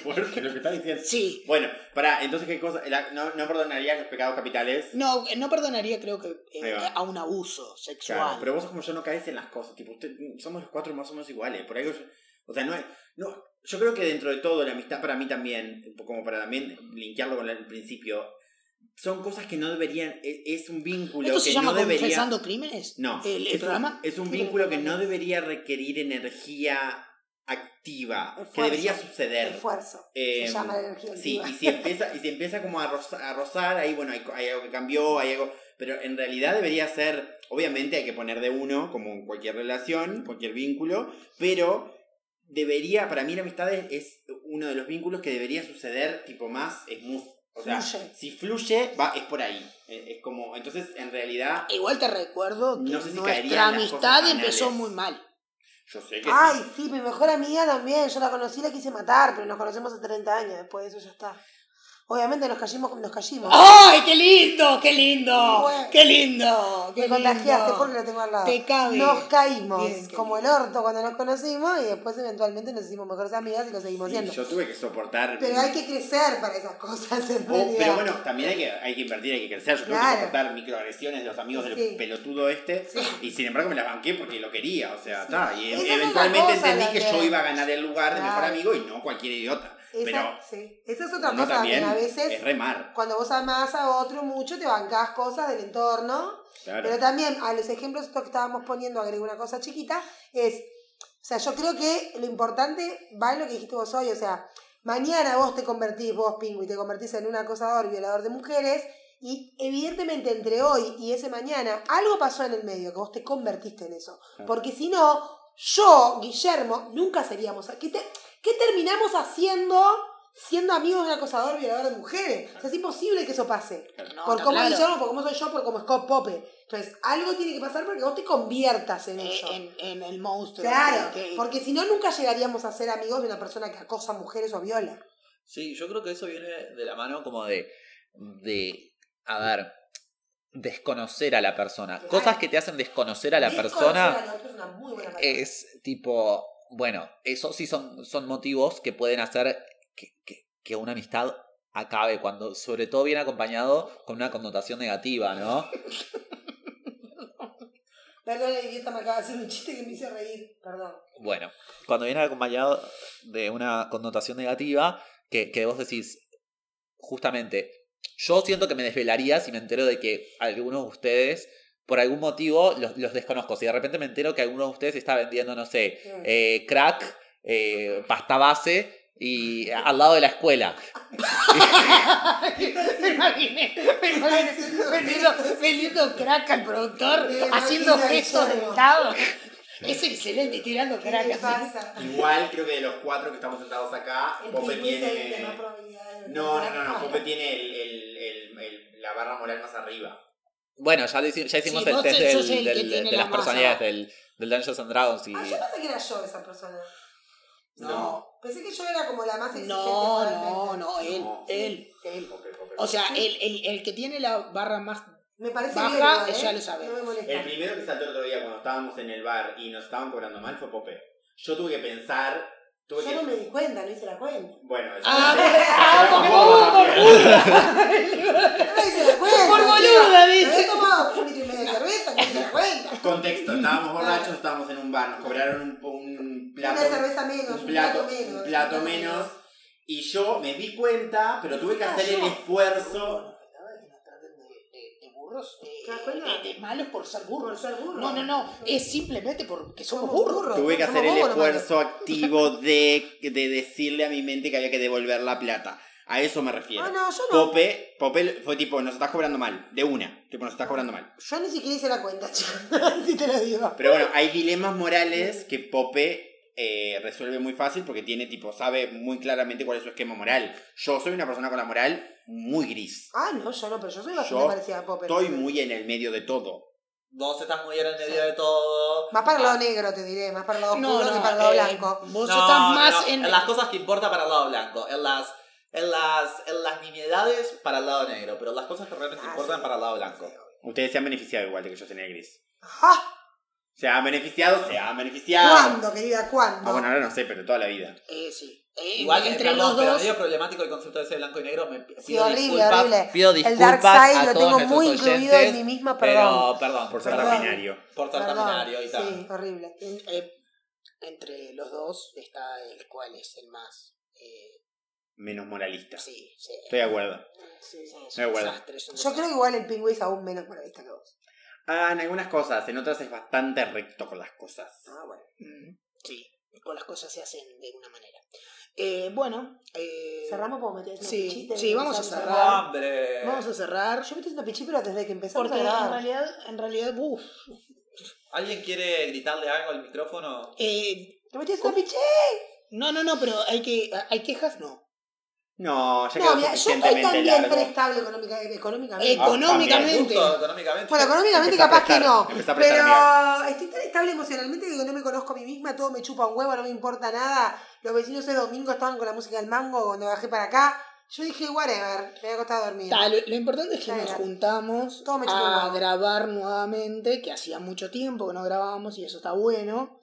D: fuerte lo que estás diciendo.
A: Sí.
D: Bueno, pará, entonces, ¿qué cosas? La- no, no perdonarías los pecados capitales.
A: No, no perdonaría creo que eh,
D: Ahí va.
A: a un abuso sexual.
D: Claro, pero vos como yo no caes en las cosas, tipo, usted, mm, somos los cuatro más o menos iguales, por algo, yo- o sea, no, hay- no, yo creo que dentro de todo la amistad para mí también, como para también linkearlo con el principio, son cosas que no deberían, es, es un vínculo
A: ¿Esto
D: que
A: se llama
D: no debería,
A: Confesando Crímenes?
D: no,
A: ¿El, el
D: es un-
A: programa?
D: es un vínculo que no debería requerir energía activa, que
C: Esfuerzo.
D: debería suceder.
C: Esfuerzo.
D: Eh,
C: Se llama la energía
D: Sí,
C: activa.
D: y si empieza, y si empieza como a rozar, a rozar ahí bueno, hay, co- hay algo que cambió, hay algo. Pero en realidad debería ser. Obviamente hay que poner de uno, como en cualquier relación, cualquier vínculo, pero debería, para mí la amistad es, es uno de los vínculos que debería suceder tipo más smooth. O sea,
C: Fluye.
D: si fluye, va, es por ahí. Eh, Es como. Entonces, en realidad,
A: Igual te recuerdo que
D: No sé si
A: nuestra
D: caerían las
A: amistad
D: cosas
A: empezó
D: anales.
A: muy mal.
D: yo sé que. sí.
C: Ay, sí, mi mejor amiga también. Yo la conocí, la quise matar, pero nos conocemos hace 30 años. Después de eso ya está. Obviamente nos callimos, nos callimos.
D: ¡Oh!
A: ¡Ay, qué lindo! ¡Qué lindo!
C: Bueno.
A: ¡Qué lindo! ¡Qué
C: Me
A: lindo!
C: contagiaste porque lo tengo al lado.
A: Te cabe.
C: Nos caímos
A: Bien, qué
C: como el
A: lindo.
C: orto cuando nos conocimos y después eventualmente nos hicimos mejores amigas y lo seguimos
D: Y
C: siendo.
D: yo tuve que soportar.
C: Pero hay que crecer para esas cosas en
D: Oh,
C: realidad.
D: pero bueno, también hay que, hay que invertir, hay que crecer. Yo tuve
C: Claro.
D: que soportar microagresiones de los amigos del
C: Sí.
D: pelotudo este. Y sin embargo me las banqué porque lo quería. O sea, está. Y
C: Esa es
D: eventualmente
C: otra cosa,
D: entendí que
C: Daniel.
D: yo iba a ganar el lugar de mejor
C: Claro.
D: amigo y no cualquier idiota.
C: Esa,
D: pero
C: sí. Esa es otra
D: uno
C: cosa
D: también
C: que a veces
D: es remar.
C: cuando vos amás a otro mucho te bancás cosas del entorno.
D: Claro.
C: Pero también a los ejemplos estos que estábamos poniendo, agrego una cosa chiquita, es, o sea, yo creo que lo importante va en lo que dijiste vos hoy, o sea, mañana vos te convertís, vos, Pingüi, te convertís en un acosador, violador de mujeres, y evidentemente entre hoy y ese mañana algo pasó en el medio, que vos te convertiste en eso.
D: Claro.
C: Porque si no, yo, Guillermo, nunca seríamos... ¿Qué, te- qué terminamos haciendo siendo amigos de un acosador, violador de mujeres? O sea, es imposible que eso pase
A: No,
C: por
A: está
C: cómo
A: claro. Eh,
C: Guillermo, por cómo soy yo, por cómo Scott Pope. Entonces, algo tiene que pasar para que vos te conviertas en
A: Eh,
C: eso.
A: en, en el monstruo.
C: claro,
A: que- que-
C: porque si no, nunca llegaríamos a ser amigos de una persona que acosa mujeres o viola.
B: Sí, yo creo que eso viene de la mano como de, de a ver, desconocer a la persona.
C: Claro.
B: Cosas que te hacen desconocer a la
C: Desconocer
B: persona Eh,
C: al otro es una muy buena palabra.
B: es tipo, bueno, eso sí son, son motivos que pueden hacer que, que- que una amistad acabe, cuando sobre todo viene acompañado con una connotación negativa, ¿no?
C: Perdón, la idiota me acaba de hacer un chiste que me hizo reír. Perdón.
B: Bueno, cuando viene acompañado de una connotación negativa, que, que vos decís, justamente, yo siento que me desvelaría si me entero de que algunos de ustedes, por algún motivo, los, los desconozco. Si de repente me entero que alguno de ustedes está vendiendo, no sé,
C: Mm.
B: eh, crack, eh, pasta base y al lado de la escuela.
A: Me imaginé, me imaginé vendiendo, vendiendo crack al productor,
C: Me
A: haciendo
C: imagino
A: gestos de
C: Guillermo.
A: estado. Es excelente, tirando
C: ¿Qué le
A: crack. así.
C: pasa?
D: Igual creo que de los cuatro que estamos sentados acá,
C: El
D: Pope
C: pingüí es el que Ah,
D: tiene.
C: más probabilidades de-
D: No, no, no, no. Pope tiene el, el, el, el- la barra moral más arriba.
B: Bueno, ya, lo hici- ya hicimos
A: Sí,
B: el
A: vos
B: test
A: sos-
B: del-
A: sos el que
B: del-
A: tiene
B: de
A: la
B: las
A: masa.
B: personalidades del, del Dungeons and Dragons. Y...
C: Ah, yo pensé que era yo esa persona.
A: No,
C: Pensé que yo era como la más exigente.
A: no, no,
C: moralmente.
A: no, él,
D: No.
A: él, él.
D: Pope, Pope,
A: O sea,
C: Sí.
A: el, el, el que tiene la barra más...
C: Me parece
A: Baja,
C: bien igual, ¿eh?
A: ya lo sabe.
C: No me molesta.
D: El primero que saltó el otro día cuando estábamos en el bar y nos estaban cobrando mal fue Pope. Yo tuve que pensar, tuve
C: Yo
D: que...
C: no me di cuenta, no hice la cuenta.
D: Bueno,
A: ¡Ah,
D: yo-
A: por
C: No me hice la cuenta.
A: Por
C: tío.
A: boluda, dice.
C: Me he tomado un litro y medio de cerveza, no hice la cuenta.
D: Contexto, estábamos borrachos, estábamos en un bar, nos cobraron un, un plato...
C: Una cerveza menos,
D: un plato,
C: menos.
D: un plato menos. Y yo me di cuenta, pero tuve que hacer el
C: Yo.
D: esfuerzo...
A: de, de burros, de,
C: ¿Te das cuenta?
A: de- de malos por ser
C: Por
A: burros.
C: ser burro.
A: No, no, no, es simplemente porque somos
C: Somos
A: burros.
C: burros.
D: Tuve que hacer
C: Somos
D: el
C: burros,
D: esfuerzo activo de, de decirle a mi mente que había que devolver la plata. A eso me refiero.
C: Ah, no, yo no.
D: Pope, Pope fue tipo, nos estás cobrando mal, de una. Tipo, nos estás cobrando mal.
C: Yo ni siquiera hice la cuenta, chicos. si te lo digo.
D: Pero bueno, hay dilemas morales que Pope eh, resuelve muy fácil porque tiene, tipo, sabe muy claramente cuál es su esquema moral. Yo soy una persona con la moral muy gris.
C: Ah, no, yo no, pero yo soy bastante
D: Yo
C: parecida a Popper.
D: Estoy muy en el medio de todo.
B: Vos estás muy en el medio de todo.
C: Más para el lado negro, te diré. Más para el lado oscuro
A: No, no,
C: que para el lado
A: eh,
C: blanco.
A: Vos
B: No,
A: estás
B: no,
A: más
B: no,
A: en...
B: las cosas que importa para el lado blanco, en las, en las, en las nimiedades para el lado negro, pero las cosas que realmente
C: Ah,
B: importan
C: sí.
B: para el lado blanco.
D: Ustedes se han beneficiado igual de que yo sea gris.
C: Ajá.
D: Se han beneficiado, se han beneficiado.
C: Ah, ¿Cuándo, querida? ¿Cuándo?
D: Ah, bueno, ahora no sé, pero toda la vida.
A: Eh, sí. Eh,
B: Igual que
A: entre
B: entre
A: los
B: pero
A: dos...
B: medio problemático el concepto de ese blanco y negro. Me pido
C: horrible,
B: disculpas,
C: horrible.
B: Pido
C: el
B: disculpas
C: Dark Side
B: a
C: lo
B: todos
C: tengo
B: nuestros
C: muy incluido en mí
B: oyentes,
C: misma, perdón.
B: Pero, perdón,
D: Por
B: por
D: ser
B: ser
C: Perdón.
D: binario.
B: por ser
C: Perdón.
B: binario y tal.
C: Sí, horrible.
A: Eh, entre los dos está el cual es el más... Eh,
D: Menos moralista.
A: sí, sí.
D: Estoy de acuerdo.
A: Sí, sí, es
D: De
A: un
D: acuerdo.
A: desastre, es un
C: Yo creo que igual el pingüí es aún menos moralista que vos.
D: Ah, en algunas cosas, en otras es bastante recto con las cosas.
C: Ah, bueno.
A: Mm, Sí, con las cosas se hacen de una manera. Eh, bueno, eh,
C: Cerramos como meter una
A: Sí,
C: pichita y
A: sí, vamos a
C: empezamos
A: cerrar.
B: ¡Hombre!
A: vamos a cerrar.
C: Yo me estoy haciendo pichí, pero desde que empezamos
A: Porque en
C: a grabar.
A: realidad, en realidad, uh, uff,
B: ¿Alguien quiere gritarle algo al micrófono?
A: eh,
C: ¡Yo me estoy haciendo pichí!
A: no, no, no, pero hay que, hay quejas, no.
D: No, ya quedó
C: No, mira, yo estoy
D: suficientemente
C: también
D: largo.
C: prestable económica- económicamente.
D: Ah,
A: Económicamente.
B: Justo económicamente.
C: bueno, económicamente
D: Empezá a
C: capaz que
D: prestar,
C: no.
D: empezá a prestar,
C: Pero estoy tan estable emocionalmente que no me conozco a mí misma, todo me chupa un huevo, no me importa nada. Los vecinos ese domingo estaban con la música del mango cuando bajé para acá. Yo dije, whatever, me voy a acostar a dormir.
A: Ta, lo, lo importante es que
C: Claro.
A: nos juntamos
C: Todo me chupó un
A: a
C: huevo.
A: grabar nuevamente, que hacía mucho tiempo que no grabábamos y eso está bueno.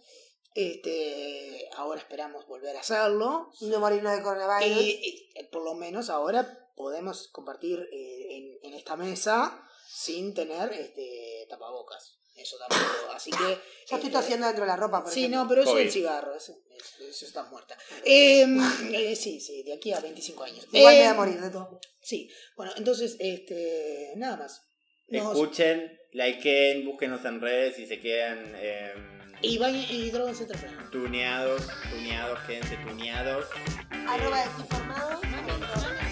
A: Este, ahora esperamos volver a hacerlo.
C: Y no morirnos de
A: Y,
C: coronavirus.
A: y, por lo menos ahora podemos compartir eh, en, en esta mesa sin tener este, tapabocas. Eso tampoco. Así que.
C: Yo estoy
A: este,
C: tosiendo dentro de la ropa, Ah, por
A: Sí,
C: ejemplo.
A: no, pero eso es
D: Covid.
A: el cigarro, eso, eso, eso está muerta. Eh, eh, sí, sí, de aquí a 25 años.
C: Igual
A: Eh,
C: me voy a morir de todo.
A: Sí, bueno, entonces, este, nada más. Nos-
D: Escuchen, likeen, búsquenos en redes y se quedan em,
A: y bañen y droguense entre semana.
D: tuneados, tuneados, quédense tuneados.
C: Arroba desinformados. arroba-